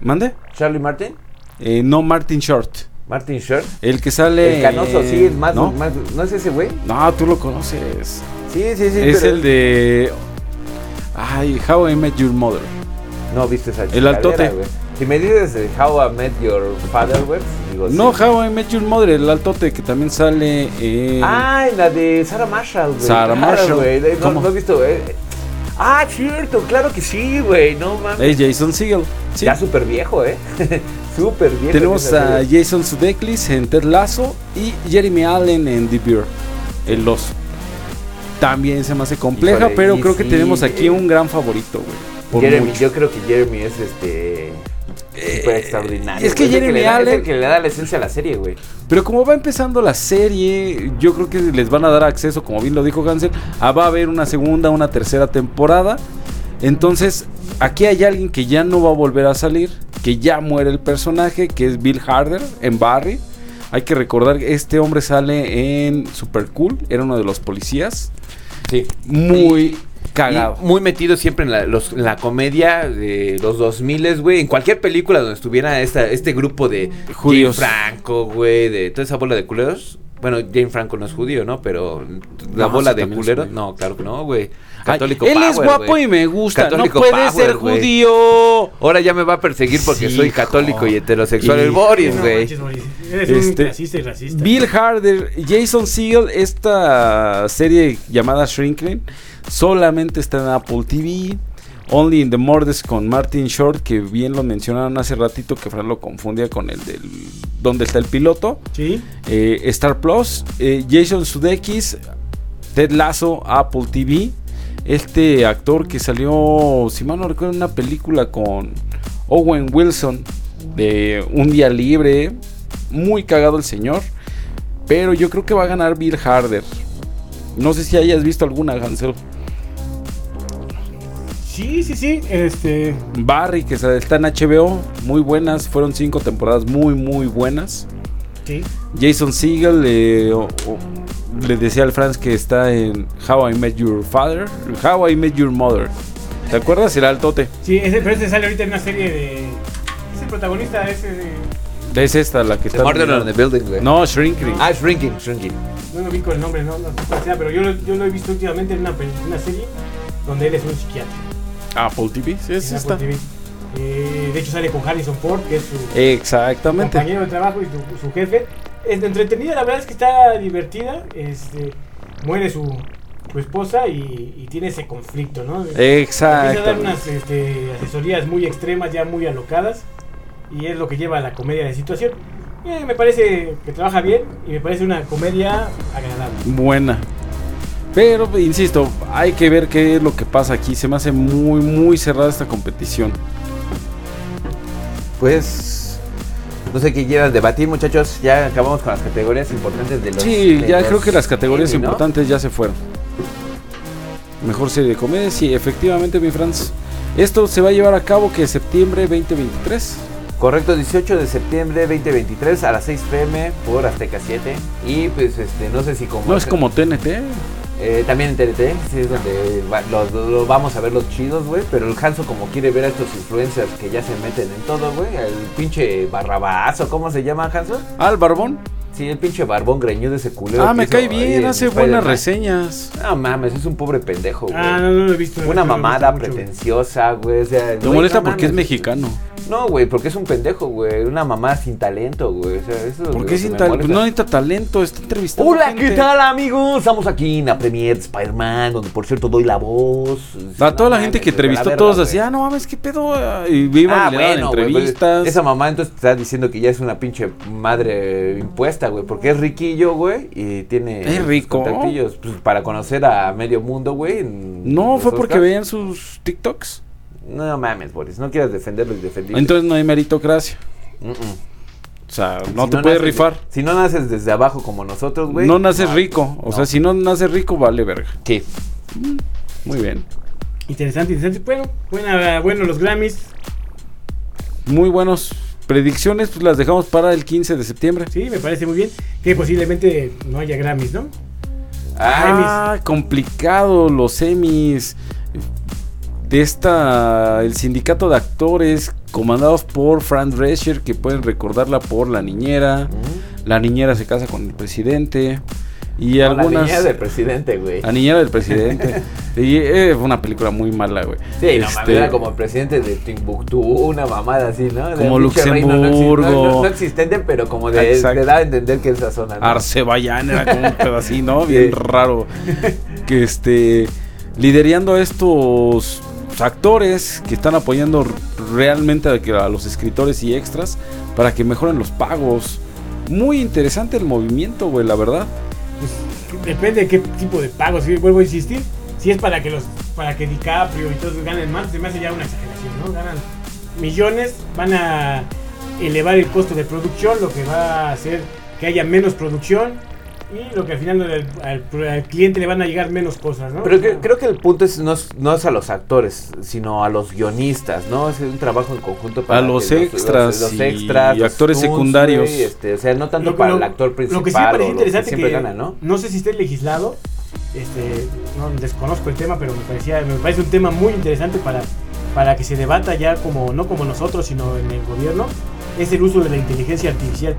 S3: ¿Mande?
S1: ¿Charlie Martin?
S3: Eh, no, Martin Short.
S1: ¿Martin Short?
S3: El que sale.
S1: El canoso,
S3: en-
S1: sí, es más,
S3: Eh, ¿no?
S1: más- ¿No es ese güey?
S3: No, tú lo conoces.
S1: Sí, sí, sí.
S3: es
S1: pero-
S3: el de. Ay, How I Met Your Mother.
S1: No viste esa
S3: El altote.
S1: chingadera, güey. Si me dices de How I Met Your Father, güey, pues, digo
S3: No,
S1: sí.
S3: How I Met Your Mother, el altote que también sale en.
S1: Ah, en la de Sarah Marshall, güey.
S3: Sarah
S1: Claro,
S3: Marshall.
S1: güey. No-
S3: ¿Cómo?
S1: No, he visto, güey. Ah, cierto, claro que sí, güey. No mames.
S3: Es Jason Segel. Sí.
S1: Ya súper viejo, ¿eh? [LAUGHS] súper viejo.
S3: Tenemos
S1: esa
S3: a
S1: serie.
S3: Jason Sudeikis en Ted Lasso y Jeremy Allen en The Bear, el oso. También se me hace compleja,
S1: Híjole,
S3: pero
S1: y
S3: creo que
S1: sí,
S3: tenemos aquí
S1: eh,
S3: un gran favorito, güey. Por
S1: Jeremy.
S3: mucho. Eh,
S1: Yo creo que Jeremy es este. Súper extraordinario.
S3: es que
S1: güey. el
S3: Jeremy
S1: le da- Es
S3: Allen-
S1: el que le da la esencia a la serie, güey.
S3: Pero como va empezando la serie, yo creo que les van a dar acceso, como bien lo dijo Hansel, a va a haber una segunda, una tercera temporada. Entonces, aquí hay alguien que ya no va a volver a salir, que ya muere el personaje, que es Bill Harder en Barry. Hay que recordar que este hombre sale en Super Cool, era uno de los policías.
S1: Sí.
S3: Muy cagado.
S1: Y muy metido siempre en la, los- en la comedia de los 2000, güey. En cualquier película donde estuviera esta, este grupo de
S3: Judíos.
S1: Jane Franco, güey, de toda esa bola de culeros. Bueno, Jane Franco no es judío, ¿no? Pero la
S3: No,
S1: bola
S3: sí,
S1: de
S3: también es
S1: culeros.
S3: judío.
S1: No, claro que no, güey. Católico
S3: Él es
S1: power,
S3: guapo
S1: güey.
S3: y me gusta.
S1: Católico
S3: no puede
S1: power,
S3: ser
S1: güey.
S3: judío.
S1: Ahora ya me va a perseguir porque
S3: Sí,
S1: soy
S3: hijo.
S1: católico y heterosexual. el
S3: Hijo.
S1: Boris,
S2: No
S1: güey.
S2: manches, Boris, Eres
S3: Este,
S2: un racista y racista.
S3: Bill Harder, Jason Segel, esta serie llamada Shrinking solamente está en Apple TV. Only in the Mordes con Martin Short, que bien lo mencionaron hace ratito, que Fran lo confundía con el del ¿Dónde está el piloto?
S2: Sí.
S3: eh, Star Plus, eh, Jason Sudeikis, Ted Lasso, Apple TV. Este actor que salió, si mal no recuerdo, en una película con Owen Wilson de Un Día Libre. Muy cagado el señor. Pero yo creo que va a ganar Bill Harder. No sé si hayas visto alguna, Hansel.
S2: Sí, sí, sí. Este.
S3: Barry, que está en HBO. Muy buenas. Fueron cinco temporadas muy, muy buenas.
S2: Sí.
S3: Jason Segel eh, o- o- le decía al Franz que está en How I Met Your Father, How I Met Your Mother. ¿Te acuerdas? Era el tote.
S2: Sí, ese, pero ese sale ahorita en una serie de. Es el protagonista, ese. De,
S3: Es esta la que
S1: The
S3: está.
S1: Murder on the Building, güey.
S3: No, Shrinking.
S1: Ah, Shrinking, Shrinking.
S2: no lo vi con el nombre, no, no sé cuál sea, pero yo lo, yo lo he visto últimamente en una, peli- una serie donde él es un psiquiatra.
S3: Ah, Apple TV, sí, es
S2: en Apple
S3: esta.
S2: TV. Eh, de hecho, sale con Harrison Ford, que es su
S3: Exactamente.
S2: compañero de trabajo y su, su jefe. Es entretenida, la verdad es que está divertida. Este, muere su, su esposa y, y tiene ese conflicto, ¿no? Empieza a dar
S3: Exactamente.
S2: unas este, asesorías muy extremas, ya muy alocadas, y es lo que lleva a la comedia de situación. Eh, me parece que trabaja bien y me parece una comedia agradable.
S3: Buena. Pero, insisto, hay que ver qué es lo que pasa aquí. Se me hace muy, muy cerrada esta competición.
S1: Pues. No sé qué quieras debatir, muchachos. Ya acabamos con las categorías importantes de los.
S3: Sí,
S1: de
S3: ya
S1: los
S3: creo que las categorías
S1: Emmy, ¿no?
S3: importantes ya se fueron. Mejor serie de comedia, sí, efectivamente, mi Franz. Esto se va a llevar a cabo que septiembre 2023.
S1: Correcto, 18 de septiembre 2023 a las 6 pm por Azteca 7. Y pues, este, no sé si como.
S3: No es como TNT.
S1: Eh, también en TNT, sí es donde va- lo, lo vamos a ver los chidos, güey. Pero el Hanso, como quiere ver a estos influencers que ya se meten en todo, güey. El pinche barrabazo, ¿cómo se llama, Hanso?
S3: Ah, el Barbón.
S1: Sí, el pinche barbón greñudo ese culero.
S3: Ah,
S1: que
S3: me
S1: hizo
S3: cae
S1: ahí
S3: bien,
S1: en
S3: hace
S1: Spider-Man.
S3: buenas reseñas.
S1: No mames, es un pobre pendejo, güey.
S2: Ah, no, no lo he visto.
S1: Una
S2: no lo he visto
S1: mamada
S2: mucho.
S1: pretenciosa, güey. o sea,
S3: Te
S1: güey,
S3: molesta
S1: no
S3: porque es
S1: mames.
S3: mexicano.
S1: No, güey, porque es un pendejo, güey. Una mamada sin talento, güey. O sea, eso es lo
S3: ¿Por
S1: que
S3: qué sin
S1: me
S3: talento?
S1: molesta.
S3: No necesita talento, está entrevistando.
S1: Hola,
S3: gente.
S1: ¿qué tal, amigos? Estamos aquí en la premier de Spider-Man, donde por cierto doy la voz.
S3: A toda
S1: No
S3: la gente
S1: mames,
S3: que
S1: güey, la
S3: entrevistó,
S1: verga,
S3: todos
S1: güey.
S3: decían, ah, no mames, qué pedo. Y viva
S1: Ah,
S3: le daban
S1: bueno, güey, pues,
S3: entrevistas.
S1: esa mamá entonces te está diciendo que ya es una pinche madre impuesta, güey, porque es riquillo, güey, y tiene
S3: Es
S1: sus
S3: rico.
S1: contactillos pues, para conocer a medio mundo, güey. en
S3: No,
S1: los
S3: fue porque
S1: Oscars.
S3: veían sus TikToks.
S1: No mames, Boris, no quieras defenderlo y Mm, defendido.
S3: Entonces no hay meritocracia. O sea, no te puedes rifar.
S1: si no naces desde abajo como nosotros, güey.
S3: No naces
S1: mames,
S3: rico. O
S1: no.
S3: sea, si no naces rico, vale verga.
S1: Sí.
S3: Muy bien.
S2: Interesante, interesante. Bueno, buena, bueno, los Grammys.
S3: Muy buenos. Predicciones, pues las dejamos para el 15 de septiembre.
S2: Sí, me parece muy bien. Que posiblemente no haya Grammys, ¿no?
S3: Ah, complicado los semis. De esta, el sindicato de actores comandados por Fran Drescher, que pueden recordarla por la niñera.
S1: Mm.
S3: La niñera se casa con el presidente. Y
S1: Con
S3: algunas.
S1: La niña del presidente, güey.
S3: La niñera
S1: [LAUGHS]
S3: del presidente. y eh, fue una película muy mala, güey.
S1: Sí, no mames,
S3: Este,
S1: era como el presidente de Timbuktu, una mamada así, ¿no? De
S3: Como
S1: un pinche reino no exi-
S3: Luxemburgo.
S1: No, no- no existente, pero como de,
S3: Exacto.
S1: te da a entender que es esa zona. ¿no?
S3: Arcebayán era como un pedo así, ¿no?
S1: Sí.
S3: Bien raro. Que este. Liderando a estos actores que están apoyando r- realmente a, que- a los escritores y extras para que mejoren los pagos. Muy interesante el movimiento, güey, la verdad.
S2: Pues, Depende de qué tipo de pagos. Sí, vuelvo a insistir. Si es para que los para que DiCaprio y todos ganen más, se me hace ya una exageración, ¿no? Ganan millones, van a elevar el costo de producción, lo que va a hacer que haya menos producción y lo que al final al, al- al cliente le van a llegar menos cosas, ¿no?
S1: Pero que- creo que el punto es no, es no es a los actores, sino a los guionistas, ¿no? Es un trabajo en conjunto para
S3: A los
S1: que
S3: extras
S1: los,
S3: y
S1: extras, los
S3: actores
S1: stunts,
S3: secundarios.
S1: güey, este, o sea, no tanto
S2: Lo-
S1: para
S2: lo-
S1: el actor principal.
S2: Lo que sí me
S1: o
S2: parece interesante
S1: siempre
S2: que
S1: gana, ¿no?
S2: no sé si esté legislado, este, no desconozco el tema, pero me parecía me parece un tema muy interesante para para que se debata ya como no como nosotros, sino en el gobierno, es el uso de la inteligencia artificial.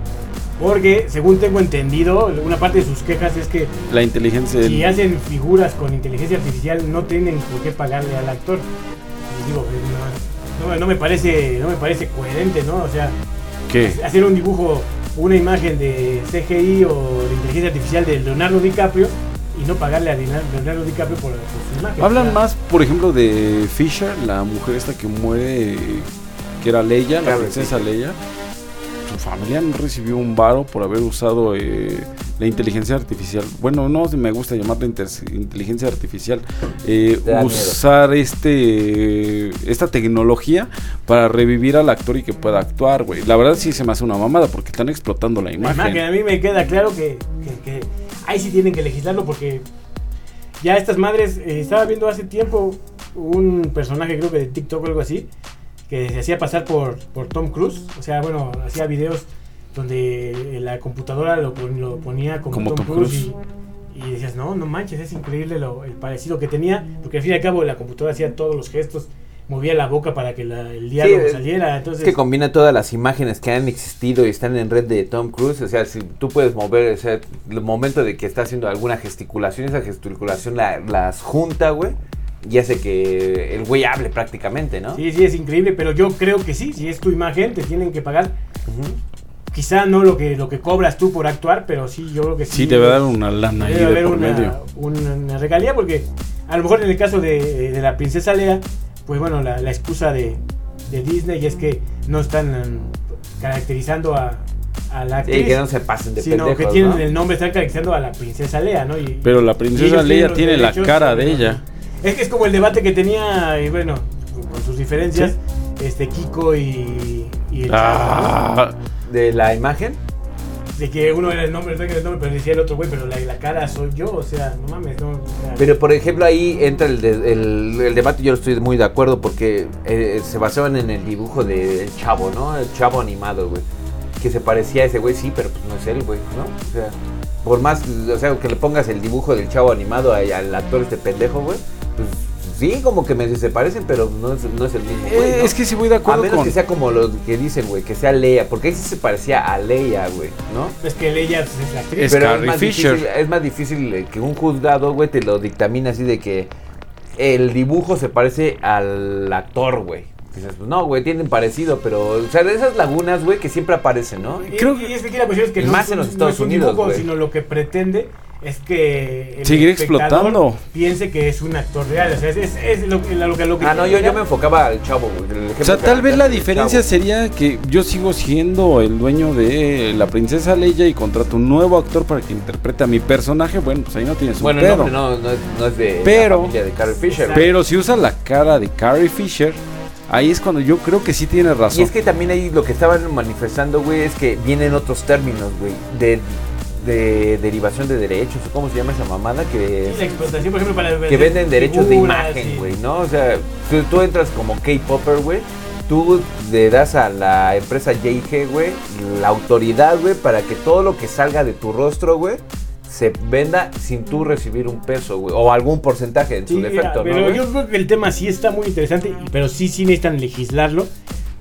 S2: Porque, según tengo entendido, una parte de sus quejas es que
S3: La inteligencia del-
S2: si hacen figuras con inteligencia artificial no tienen por qué pagarle al actor. Y digo, pues, no, no, me- no me parece, no me parece coherente, ¿no? O sea,
S3: ¿Qué?
S2: hacer un dibujo, una imagen de CGI o de inteligencia artificial de Leonardo DiCaprio y no pagarle a Leonardo Leonardo DiCaprio por, por su imagen. O
S3: Hablan
S2: sea,
S3: más, por ejemplo, de Fisher, la mujer esta que muere, que era Leia, la
S1: Claro,
S3: princesa Leia. Su familia no recibió un varo por haber usado eh, la inteligencia artificial. Bueno, no me gusta llamarla inter- inteligencia artificial. Eh,
S1: Te da miedo.
S3: usar este eh, esta tecnología para revivir al actor y que pueda actuar, güey. La verdad sí se me hace una mamada porque están explotando la
S2: La
S3: imagen.
S2: imagen, a mí me queda claro que, que- que ahí sí tienen que legislarlo porque ya estas madres, eh, estaba viendo hace tiempo un personaje creo que de TikTok o algo así, que se hacía pasar por, por Tom Cruise, o sea, bueno, hacía videos donde eh, la computadora lo, pon- lo ponía como,
S3: Como
S2: Tom,
S3: Tom
S2: Cruise,
S3: Cruise.
S2: Y, y decías, no, no manches, es increíble lo- el parecido que tenía, porque al fin y al cabo la computadora hacía todos los gestos, movía la boca para que la- el diálogo
S3: eh,
S1: es-
S2: saliera,
S1: Es
S2: entonces...
S1: que combina todas las imágenes que han existido y están en red de Tom Cruise. O sea, si tú puedes mover, o sea, el momento de que está haciendo alguna gesticulación, esa gesticulación la- las junta, güey, y hace que el güey hable prácticamente, ¿no?
S2: Sí, sí, es increíble, pero yo creo que sí, si es tu imagen, te tienen que pagar.
S1: Ujú.
S2: Quizá no lo que, lo que cobras tú por actuar, pero sí, yo creo que sí.
S3: Sí, debe dar una lana ahí
S2: debe
S3: de
S2: haber
S3: por
S2: una,
S3: medio.
S2: una regalía, porque a lo mejor en el caso de, de la princesa Lea, pues bueno, la, la excusa de, de Disney es que no están mm, caracterizando a, a la actriz,
S1: Y que no se pasen de
S2: sino
S1: pendejos,
S2: que tienen
S1: ¿no?
S2: el nombre, están caracterizando a la princesa Lea, ¿no? Y,
S3: Pero la
S2: y ellos
S3: princesa
S2: tienen
S3: Leia
S2: los
S3: tiene la
S2: derechos,
S3: cara de
S2: bueno,
S3: ella.
S2: Es que es como el debate que tenía, y bueno, con sus diferencias, este Kiko y, y el Chavo,
S3: Ah,
S1: De la imagen.
S2: ¿no? De que uno era el nombre, el otro era el nombre, pero decía el otro, güey, pero la, la cara soy yo, o sea, no mames, no. o sea,
S1: Pero por ejemplo ahí entra el, de- el- el debate, yo estoy muy de acuerdo porque eh, se basaban en el dibujo de- del chavo, ¿no? El chavo animado, güey. Que se parecía a ese güey, sí, pero pues no es él, güey, ¿no? O sea, por más, o sea, que le pongas el dibujo del chavo animado a- al actor este pendejo, güey, pues sí, como que me se parecen, pero no es, no es el mismo, güey.
S3: eh,
S1: ¿no?
S3: es que sí voy de
S1: A
S3: acuerdo
S1: menos
S3: con...
S1: que sea como lo que dicen, güey, que sea Leia, porque ahí sí se parecía a Leia, güey, ¿no?
S2: Es que Leia pues, es la actriz.
S3: Es Carrie
S1: más
S3: Fisher.
S1: Difícil, es más difícil eh, que un juzgado, güey, te lo dictamine así de que el dibujo se parece al actor, güey. Dices, pues, no, güey, tienen parecido, pero, o sea, de esas lagunas, güey, que siempre aparecen, ¿no?
S2: Y,
S3: creo
S2: y
S3: que-
S2: es que aquí la cuestión es que
S1: y
S2: no
S1: más
S2: es
S1: en
S2: un-
S1: los
S2: no
S1: Estados
S2: es un
S1: Unidos,
S2: dibujo,
S1: güey.
S2: sino lo que pretende es que el
S3: Seguir
S2: espectador
S3: explotando.
S2: piense que es un actor real, o sea, es, es, es lo, que- lo que lo que
S1: Ah, no, yo, yo me enfocaba al chavo, güey. el
S3: O
S1: ejemplo
S3: sea,
S1: que
S3: tal vez la
S1: del
S3: diferencia
S1: chavo.
S3: sería que yo sigo siendo el dueño de la princesa Leia y contrato un nuevo actor para que interprete a mi personaje. Bueno, pues ahí no tienes un
S1: Bueno, el
S3: pedo.
S1: nombre no, no, es, no es de
S3: Pero-
S1: la familia de Carrie Fisher, güey.
S3: Pero si usa la cara de Carrie Fisher, ahí es cuando yo creo que sí tiene razón.
S1: Y es que también ahí lo que estaban manifestando, güey, es que vienen otros términos, güey, de, de derivación de derechos, o ¿cómo se llama esa mamada? Que
S2: Y la explotación, por ejemplo, para
S1: que
S2: vender
S1: venden derechos de
S2: figuras
S1: imagen,
S2: y-
S1: güey, ¿no? O sea, tú, tú entras como K-Popper, güey, tú le das a la empresa JG, güey, la autoridad, güey, para que todo lo que salga de tu rostro, güey, se venda sin tú recibir un peso, güey, o algún porcentaje en
S2: Sí,
S1: su defecto,
S2: pero
S1: ¿no? güey?
S2: yo creo que el tema sí está muy interesante, y- pero sí, sí necesitan legislarlo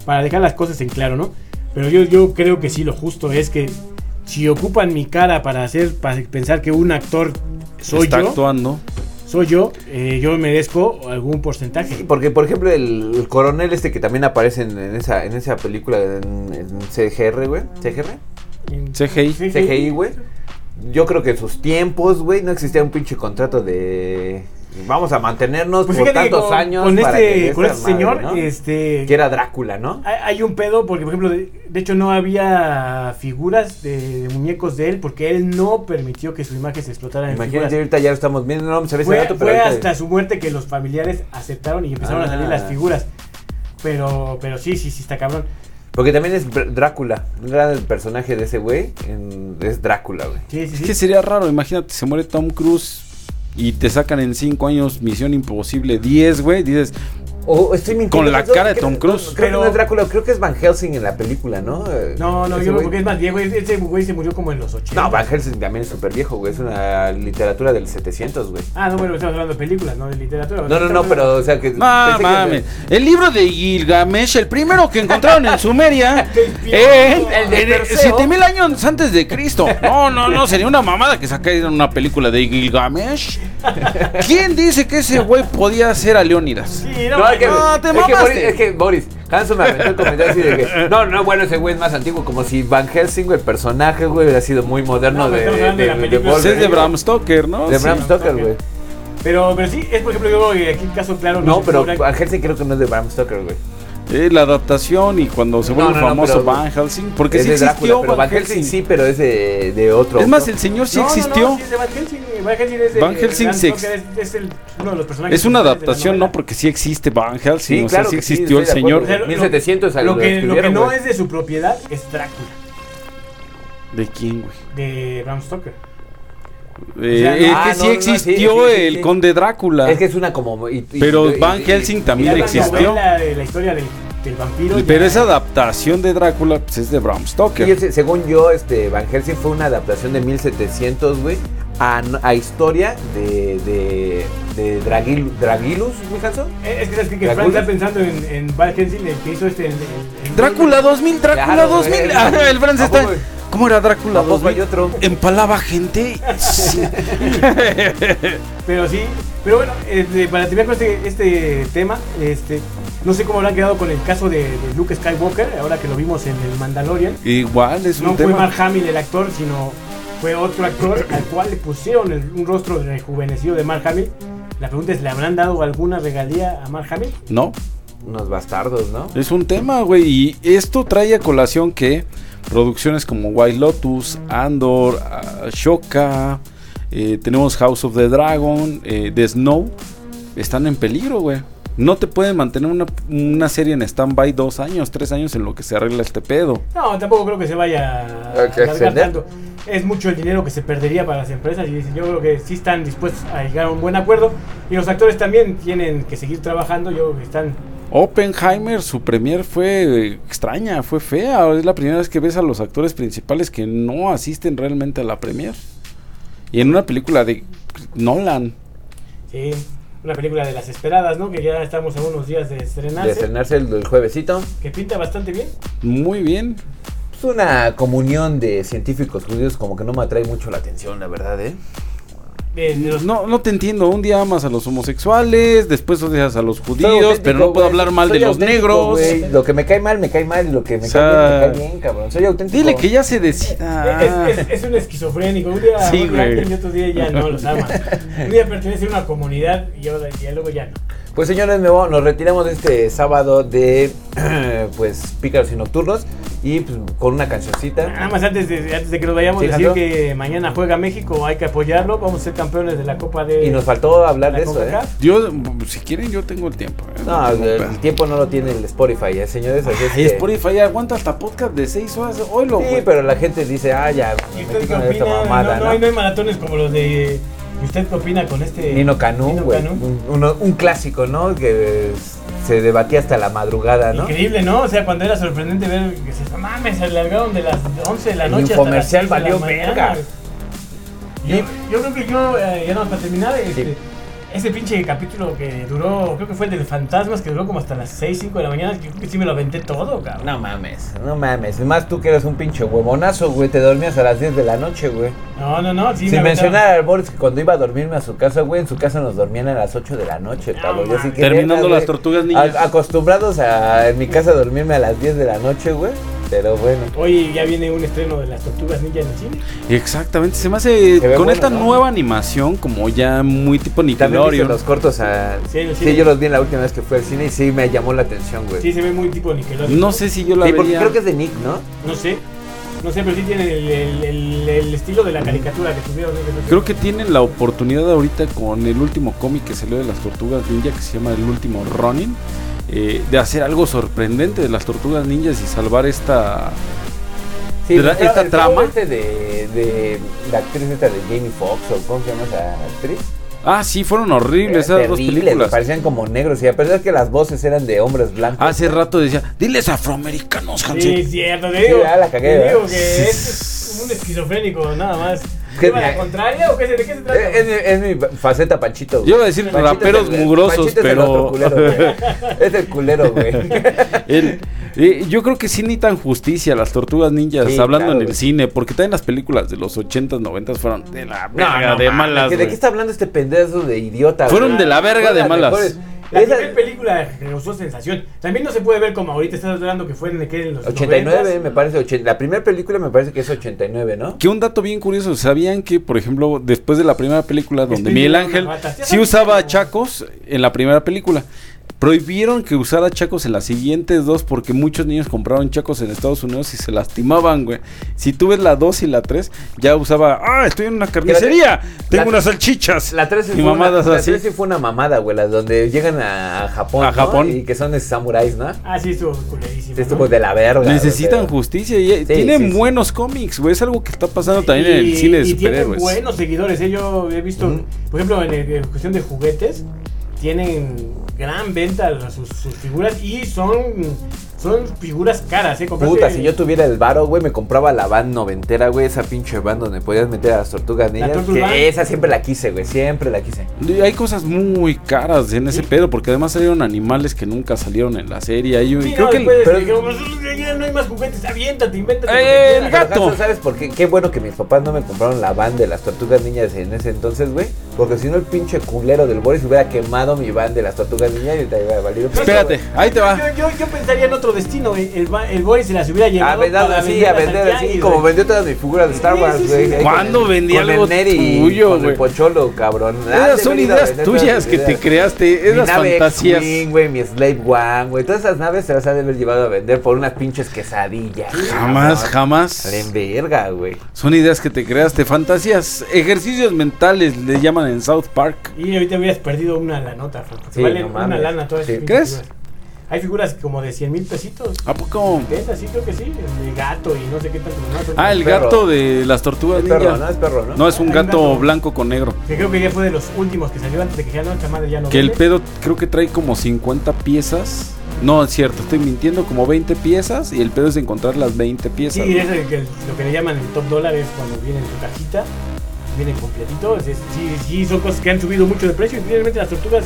S2: para dejar las cosas en claro, ¿no? Pero yo, yo creo que sí, lo justo es que si ocupan mi cara para hacer, para pensar que un actor soy
S3: Está
S2: yo,
S3: actuando.
S2: soy yo, eh, yo merezco algún porcentaje.
S1: Sí, porque por ejemplo el, el coronel este que también aparece en, en esa, en esa película en, en CGR, güey, CGR,
S3: CGI.
S2: Sí, sí.
S1: CGI, güey. Yo creo que en sus tiempos, güey, no existía un pinche contrato de vamos a mantenernos
S2: Pues
S1: por
S2: fíjate que
S1: tantos
S2: con,
S1: años
S2: con
S1: para
S2: este,
S1: que
S2: con
S1: esta
S2: este
S1: madre,
S2: señor,
S1: ¿no?
S2: este,
S1: que era Drácula, ¿no?
S2: Hay, hay un pedo porque, por ejemplo, de, de hecho no había figuras de, de muñecos de él porque él no permitió que su imagen se explotara en
S1: Imagínate
S2: figuras.
S1: ahorita ya lo estamos viendo, no me sabía ese
S2: Ah, Fue,
S1: dato, pero
S2: fue
S1: ahorita-
S2: hasta su muerte que los familiares aceptaron y empezaron a salir
S1: Ah.
S2: las figuras. Pero, pero sí, sí, sí, está cabrón.
S1: porque también es Br- Drácula, un gran personaje de ese güey, en- es Drácula, güey.
S2: Sí, sí,
S3: Es
S2: sí.
S3: que sería raro, imagínate, se muere Tom Cruise y te sacan en 5 años Misión Imposible 10, güey. Dices,
S1: O estoy mintiendo.
S3: Con la
S1: Entonces,
S3: cara de
S1: creo-
S3: Tom Cruise.
S1: Creo que no
S2: Pero-
S1: es Drácula, creo que es Van Helsing en la película, ¿no? Eh,
S2: No, no,
S1: ese
S2: yo creo
S1: güey.
S2: que es más viejo. Ese güey se murió como en los 80.
S1: No, Van Helsing también es súper viejo, güey. Es una literatura del 700, güey.
S2: Ah, no, bueno, estamos hablando de películas, no de literatura.
S1: No, no, no, pero, o sea, que.
S3: No
S1: pensé que-
S3: mames. Ah, El libro de Gilgamesh, el primero que encontraron
S1: [LAUGHS]
S3: en Sumeria. eh, en,
S2: El
S1: de
S3: en-
S1: Perseo.
S3: 7000 años antes de Cristo. No, no, no. Sería una mamada que sacaran una película de Gilgamesh. ¿Quién dice que ese güey podía ser a Leónidas?
S2: Sí, no,
S1: No, es que,
S3: No, te
S1: es que
S3: mamaste.
S1: Boris, es que Boris, Hanson me aventó el comentario así de que, no, no, bueno, ese güey es más antiguo, como si Van Helsing, el personaje, güey, hubiera sido muy moderno
S2: No,
S1: de,
S2: pues estamos hablando de la película.
S3: Pues es de
S1: Wolverine.
S3: Bram Stoker, ¿no?
S1: De
S3: Sí.
S1: Bram Stoker, güey.
S2: Pero, pero sí, es por ejemplo, yo creo que aquí el caso claro.
S1: No,
S2: se
S1: pero
S2: cobra-
S1: Van Helsing creo que no es de Bram Stoker, güey.
S3: Eh, la adaptación y cuando se
S1: No,
S3: vuelve
S1: no, no,
S3: famoso
S1: pero-
S3: Van Helsing. Porque
S1: Es
S3: sí
S1: de Drácula,
S3: existió
S1: pero Van Helsing sí, pero es de, de otro.
S3: Es más,
S1: otro.
S3: el señor sí
S2: No, no, no,
S3: existió.
S2: sí es de Van Helsing. eh, Van Helsing es de-
S3: Van Helsing
S2: Bram
S3: sí
S2: Stoker Es, es el- uno de los personajes
S3: Es
S2: principales
S3: una
S2: de la
S3: adaptación,
S2: novela.
S3: ¿no? Porque sí existe Van Helsing.
S1: Sí,
S3: o
S1: claro
S3: sea, sí
S1: que sí,
S3: existió el
S1: estoy de
S3: señor.
S1: acuerdo.
S2: O sea, lo-
S1: 1700
S2: Lo que, lo que
S1: escribieron,
S2: no
S1: güey.
S2: es de su propiedad es Drácula,
S3: ¿De quién, güey?
S2: de Bram Stoker.
S3: Eh,
S2: sea,
S3: es
S1: ah,
S3: que
S1: no,
S3: sí
S1: no,
S3: existió
S1: sí, sí, sí,
S3: el
S1: sí.
S3: conde Drácula.
S1: Es que es una como. y- y-
S3: Pero
S1: y-
S3: Van
S1: y-
S3: Helsing
S1: y-
S3: también
S2: Ya la
S3: existió.
S2: novela de la historia del, del vampiro. ya-
S3: Pero esa adaptación de Drácula pues, es de Bram Stoker.
S1: Y ese- según yo, este Van Helsing fue una adaptación de 1700, güey, a, a historia de, de, de Dragil- Dragilus, mi Hanson.
S2: Es que sabes que, que
S1: ¿La
S2: Frank está
S1: Gulf?
S2: pensando en, en Van Helsing, el que hizo este. el- el- el-
S3: Drácula 2000, Drácula
S1: Claro,
S3: 2000.
S1: güey.
S3: Ah, el francés
S1: ¿A
S3: está.
S1: poco?
S3: ¿Cómo era Drácula
S1: ¿A poco hay
S3: 2000?
S1: otro? [LAUGHS]
S3: Empalaba gente. Sí. [LAUGHS]
S2: Pero sí, pero bueno, este, para terminar con este, este tema, este, no sé cómo habrán quedado con el caso de, de Luke Skywalker, ahora que lo vimos en el Mandalorian.
S3: Igual es un
S2: No fue
S3: tema.
S2: Mark Hamill el actor, sino fue otro
S3: [COUGHS]
S2: actor al cual le pusieron el- un rostro rejuvenecido de Mark Hamill. La pregunta es, ¿le habrán dado alguna regalía a Mark Hamill?
S3: No,
S1: Unos bastardos, ¿no?
S3: es un tema, güey. Y esto trae a colación que producciones como White Lotus, Andor, ah, Shoka, eh, tenemos House of the Dragon, eh, The Snow, están en peligro, güey. No te pueden mantener una, una serie en stand-by dos años, tres años en lo que se arregla este pedo.
S2: No, tampoco creo que se vaya a
S1: Hay que
S2: alargar
S1: extender.
S2: tanto. Es mucho el dinero que se perdería para las empresas y dicen, yo creo que sí están dispuestos a llegar a un buen acuerdo. Y los actores también tienen que seguir trabajando, yo creo que están...
S3: Oppenheimer, su premier fue eh, extraña, fue fea. Es la primera vez que ves a los actores principales que no asisten realmente a la premier. Y en una película de Nolan.
S2: Sí, una película de las esperadas, ¿no? Que ya estamos a unos días de estrenarse.
S1: De estrenarse el, el juevesito.
S2: Que pinta bastante bien.
S3: Muy bien.
S1: Es una comunión de científicos judíos como que no me atrae mucho la atención, la verdad, ¿eh?
S2: Eh, de los-
S3: Pues No, no te entiendo. Un día amas a los homosexuales, después odias a los judíos,
S1: auténtico,
S3: pero no puedo
S1: güey.
S3: hablar mal
S1: Soy
S3: de los
S1: auténtico,
S3: negros.
S1: güey. Lo que me cae mal, me cae mal. Y lo que me
S3: O sea,
S1: cae bien, me cae bien, cabrón. Soy auténtico.
S3: Dile que ya se
S2: es-
S3: decida.
S2: es, es un esquizofrénico. Un día,
S3: Ah. Sí,
S2: un día
S3: güey.
S2: y otro día ya no los
S3: [LAUGHS]
S2: ama. Un día pertenece a una comunidad y, ahora- y luego ya no.
S1: Pues señores, me voy- nos retiramos de este sábado de [CLEARS THROAT] pues pícaros y nocturnos y pues, con una
S2: Nada
S1: cancioncita.
S2: más antes de, antes de que nos vayamos,
S1: Sí,
S2: decir
S1: Alejandro.
S2: que mañana juega México, hay que apoyarlo. Vamos a ser campeones de la Copa de.
S1: Y nos faltó hablar
S2: la
S1: de eso, ¿eh?
S2: CONCACAF.
S3: Yo, si quieren, yo tengo el tiempo. eh,
S1: No,
S3: tengo
S1: el,
S3: pedo.
S1: tiempo no lo tiene el Spotify, ¿eh, señores. Así es
S3: Ay,
S1: que-
S3: Spotify aguanta hasta podcast de 6 horas. Oilo,
S1: Sí,
S3: güey.
S1: pero la gente dice, ah, ya,
S2: ¿Y
S1: me
S2: usted qué
S1: pican esta
S2: opina?
S1: mamada,
S2: no,
S1: ¿no?
S2: no, no hay maratones como los de. ¿Y usted qué opina con este.
S1: Nino Canú,
S2: Nino
S1: güey.
S2: Canún?
S1: Un, uno- un clásico, ¿no? Que eh, se debatía hasta la madrugada, ¿no?
S2: Increíble, ¿no? O sea, cuando era sorprendente ver que se mames, se alargaron de las 11 de la
S1: El
S2: noche. hasta
S1: infomercial
S2: las seis de la
S1: valió
S2: mañana.
S1: verga.
S2: Yo, yo creo que yo, eh, ya no, para terminar, este,
S1: Sí.
S2: ese pinche capítulo que duró, creo que fue el de Fantasmas, que duró como hasta las 6, 5 de la mañana, yo creo que sí me lo aventé todo, cabrón.
S1: No mames, no mames. Es más, tú que eres un pinche huevonazo, güey. Te dormías a las 10 de la noche, güey.
S2: No, no, no, sí
S1: Sin
S2: aventaron.
S1: mencionar al Boris que cuando iba a dormirme a su casa, güey, en su casa nos dormían a las 8 de la noche,
S2: No
S1: cabrón. Yo sí
S2: mames.
S1: que
S3: Terminando
S1: verga,
S3: las
S1: güey.
S3: tortugas niñas.
S1: A- acostumbrados a en mi casa dormirme a las 10 de la noche, güey. Pero bueno.
S2: Oye, ya viene un estreno de las Tortugas Ninja en el cine.
S3: Exactamente, se me hace
S1: Se ve
S3: con
S1: bueno,
S3: esta
S1: ¿no?
S3: nueva animación como ya muy tipo
S1: También viste
S3: Nickelodeon.
S1: los cortos a...
S2: Sí, en
S1: Sí,
S2: el cine.
S1: yo los vi en la última vez que fue al cine y sí me llamó la atención, güey.
S2: Sí,
S1: Sí,
S2: se ve muy tipo Nickelodeon.
S3: No sé si yo la
S1: porque
S3: vería.
S1: creo que es de Nick, ¿no?
S2: No sé, no sé, pero sí tiene el, el- el- el estilo de la caricatura que tuvieron. ¿no?
S3: Creo que tienen la oportunidad ahorita con el último cómic que salió de las Tortugas Ninja que se llama El último Ronin eh, de hacer algo sorprendente de las Tortugas Ninjas y salvar esta
S1: Sí,
S3: ¿Verdad?
S1: pero
S3: ¿Esta
S1: el juego
S3: trama?
S1: este de, de la actriz esta de Jamie Foxx o cómo se llama esa actriz.
S3: Ah, sí, fueron horribles
S1: Eran
S3: esas dos
S1: terribles,
S3: películas.
S1: Parecían como negros. Y a pesar que las voces eran de hombres blancos.
S3: Hace rato decía, diles afroamericanos, Hansi.
S2: Sí, es cierto, te digo.
S1: ya la cagué,
S2: te digo
S1: ¿verdad?
S2: que es un esquizofrénico, nada más.
S1: ¿Qué-
S2: ¿Lleva la contraria o qué se, de qué se trata?
S1: Eh, Es, mi- es mi faceta Panchito. güey.
S3: Yo iba a decir
S1: Panchito es
S3: raperos
S1: el-
S3: mugrosos,
S1: Panchito
S3: pero-
S1: Es el, otro
S3: [LAUGHS]
S1: culero, güey. es el culero, güey.
S3: El- eh, yo creo que sí ni tan justicia las tortugas ninjas,
S1: Sí,
S3: hablando
S1: claro,
S3: en el
S1: güey.
S3: cine, porque también las películas de los 80s, 90s fueron de la verga,
S1: no,
S3: de
S1: mames,
S3: malas.
S1: ¿De
S3: güey.
S1: qué está hablando este pendejo de idiota? güey?
S3: Fueron de la verga
S1: Fueron
S3: de
S1: las
S3: malas.
S1: mejores.
S2: La
S1: Esa-
S2: primera película causó sensación. También no se puede ver como ahorita estás hablando que fue en, ¿qué? en los
S1: 89,
S2: 90s.
S1: me parece. ochen- la primera película me parece que es 89, ¿no?
S3: Que un dato bien curioso, ¿sabían que, por ejemplo, después de la primera película donde
S2: Estoy
S3: Miguel
S2: llevando
S3: Ángel
S2: una bata. Ya
S3: sí
S2: sabía,
S3: usaba
S2: ¿no?
S3: chacos en la primera película? Prohibieron que usara chacos en las siguientes dos porque muchos niños compraron chacos en Estados Unidos y se lastimaban, güey. Si tú ves la 2 y la 3, ya usaba, ah, estoy en una carnicería, tengo
S1: la-
S3: unas salchichas.
S1: La 3 sí,
S3: y
S1: fue una-
S3: mamadas
S1: la
S3: así.
S1: tres sí fue una mamada, güey. La donde llegan a Japón.
S3: A
S1: ¿no?
S3: Japón.
S1: Y que son samuráis, ¿no?
S2: Ah, sí, estuvo culerísimo.
S1: Este
S2: ¿no?
S1: estuvo de la verga. güey,
S3: Necesitan
S1: pero-
S3: justicia y eh, tienen
S1: sí, sí.
S3: buenos cómics, güey. Es algo que está pasando también en el cine de
S2: y tienen
S3: superhéroes.
S2: buenos seguidores. ¿eh? Yo he visto,
S1: Ujú.
S2: por ejemplo, en, en cuestión de juguetes, tienen gran venta las- sus, sus figuras y son, son figuras caras. ¿eh? Comprarte-
S1: Puta, si yo tuviera el varo, güey, me compraba la van noventera, güey, esa pinche van donde podías meter a las tortugas ninjas.
S2: Tortuga Van.
S1: Que esa siempre la quise, güey, siempre la quise.
S3: Y Hay cosas muy caras en ese
S2: Sí.
S3: pedo, porque además salieron animales que nunca salieron en la serie. Hay un-
S2: Sí,
S3: creo
S2: no,
S3: que el-
S2: después
S1: pero-
S2: dijeron, "Nosotros ya no hay más juguetes, aviéntate, invéntate. lo que
S3: Eh,
S2: quieras".
S3: el gato.
S1: Pero, Hanson, ¿Sabes por qué? Qué bueno que mis papás no me compraron la van de las tortugas ninjas en ese entonces, güey. Porque si no, el pinche culero del Boris hubiera quemado mi van de las tortugas ninjas y te iba a valer. un pito,
S3: Espérate,
S1: güey.
S3: ahí te va.
S2: Yo, yo, yo pensaría en otro destino. eh, El, el, ba- el Boris se las hubiera llevado.
S1: A vender
S2: para
S1: así, a
S2: venderlas al
S1: vender así.
S2: tianguis,
S1: Como
S2: güey.
S1: vendió todas mis figuras de Star
S2: Sí,
S1: Wars,
S2: sí,
S1: güey.
S2: sí.
S1: ahí con
S3: ¿Cuándo
S1: el-
S3: vendí
S1: con
S3: algo
S1: el Neri,
S3: tuyo,
S1: Con
S3: güey?
S1: el Pocholo, cabrón. Ah,
S3: Esas
S1: de
S3: son
S1: verdad,
S3: ideas
S1: vender todas
S3: tuyas
S1: mis
S3: que te
S1: ideas.
S3: creaste,
S1: Mi
S3: esas
S1: nave
S3: fantasías.
S1: X-Wing, güey, mi Slave One, güey. Todas esas naves se las han de haber llevado a vender por unas pinches quesadillas.
S3: Jamás,
S1: cabrón.
S3: jamás.
S1: En verga, güey.
S3: Son ideas que te creaste, fantasías, ejercicios mentales, le llaman en South Park.
S2: Y ahorita hubieras perdido una lanota, Franco.
S1: Sí,
S2: valen
S1: no
S2: una
S1: mames.
S2: lana todas
S1: Sí.
S2: esas
S3: ¿Crees?
S2: figuras. Hay figuras como de 100 mil pesitos.
S3: ¿A poco?
S2: Venta, sí, creo que sí. El de gato y no sé qué tanto. más.
S3: Ah, el
S1: Perro.
S3: gato de las tortugas
S1: Es perro, ¿no?
S3: ninja.
S1: Es perro, ¿no?
S3: No, es
S2: Hay
S3: un
S2: un
S3: gato
S2: gato.
S3: blanco con negro.
S2: Que creo que ya fue de los últimos que salió antes de que ya no, esta madre ya no.
S3: Que el
S2: vende.
S3: pedo creo que trae como 50 piezas. No, es cierto, estoy mintiendo, como 20 piezas y el pedo es encontrar las 20 piezas.
S2: Sí,
S3: güey.
S2: es el que, lo que le llaman el top dólar es cuando viene en su cajita. Viene completito. Es- es- sí, sí, son cosas que han subido mucho de precio. Y finalmente las tortugas.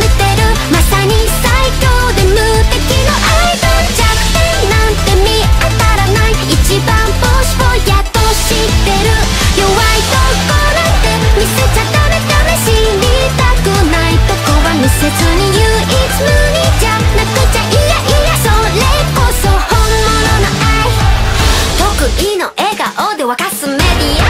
S5: めてるまさに最強で無敵のアイドル弱点なんて見当たらない一番帽子をやっと知ってる弱いとこなんて見せちゃダメダメ知りたくないとこは見せずに唯一無二じゃなくちゃいやいやそれこそ本物の愛得意の笑顔で沸かすメディ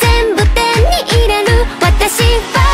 S5: 全部手に入れる私は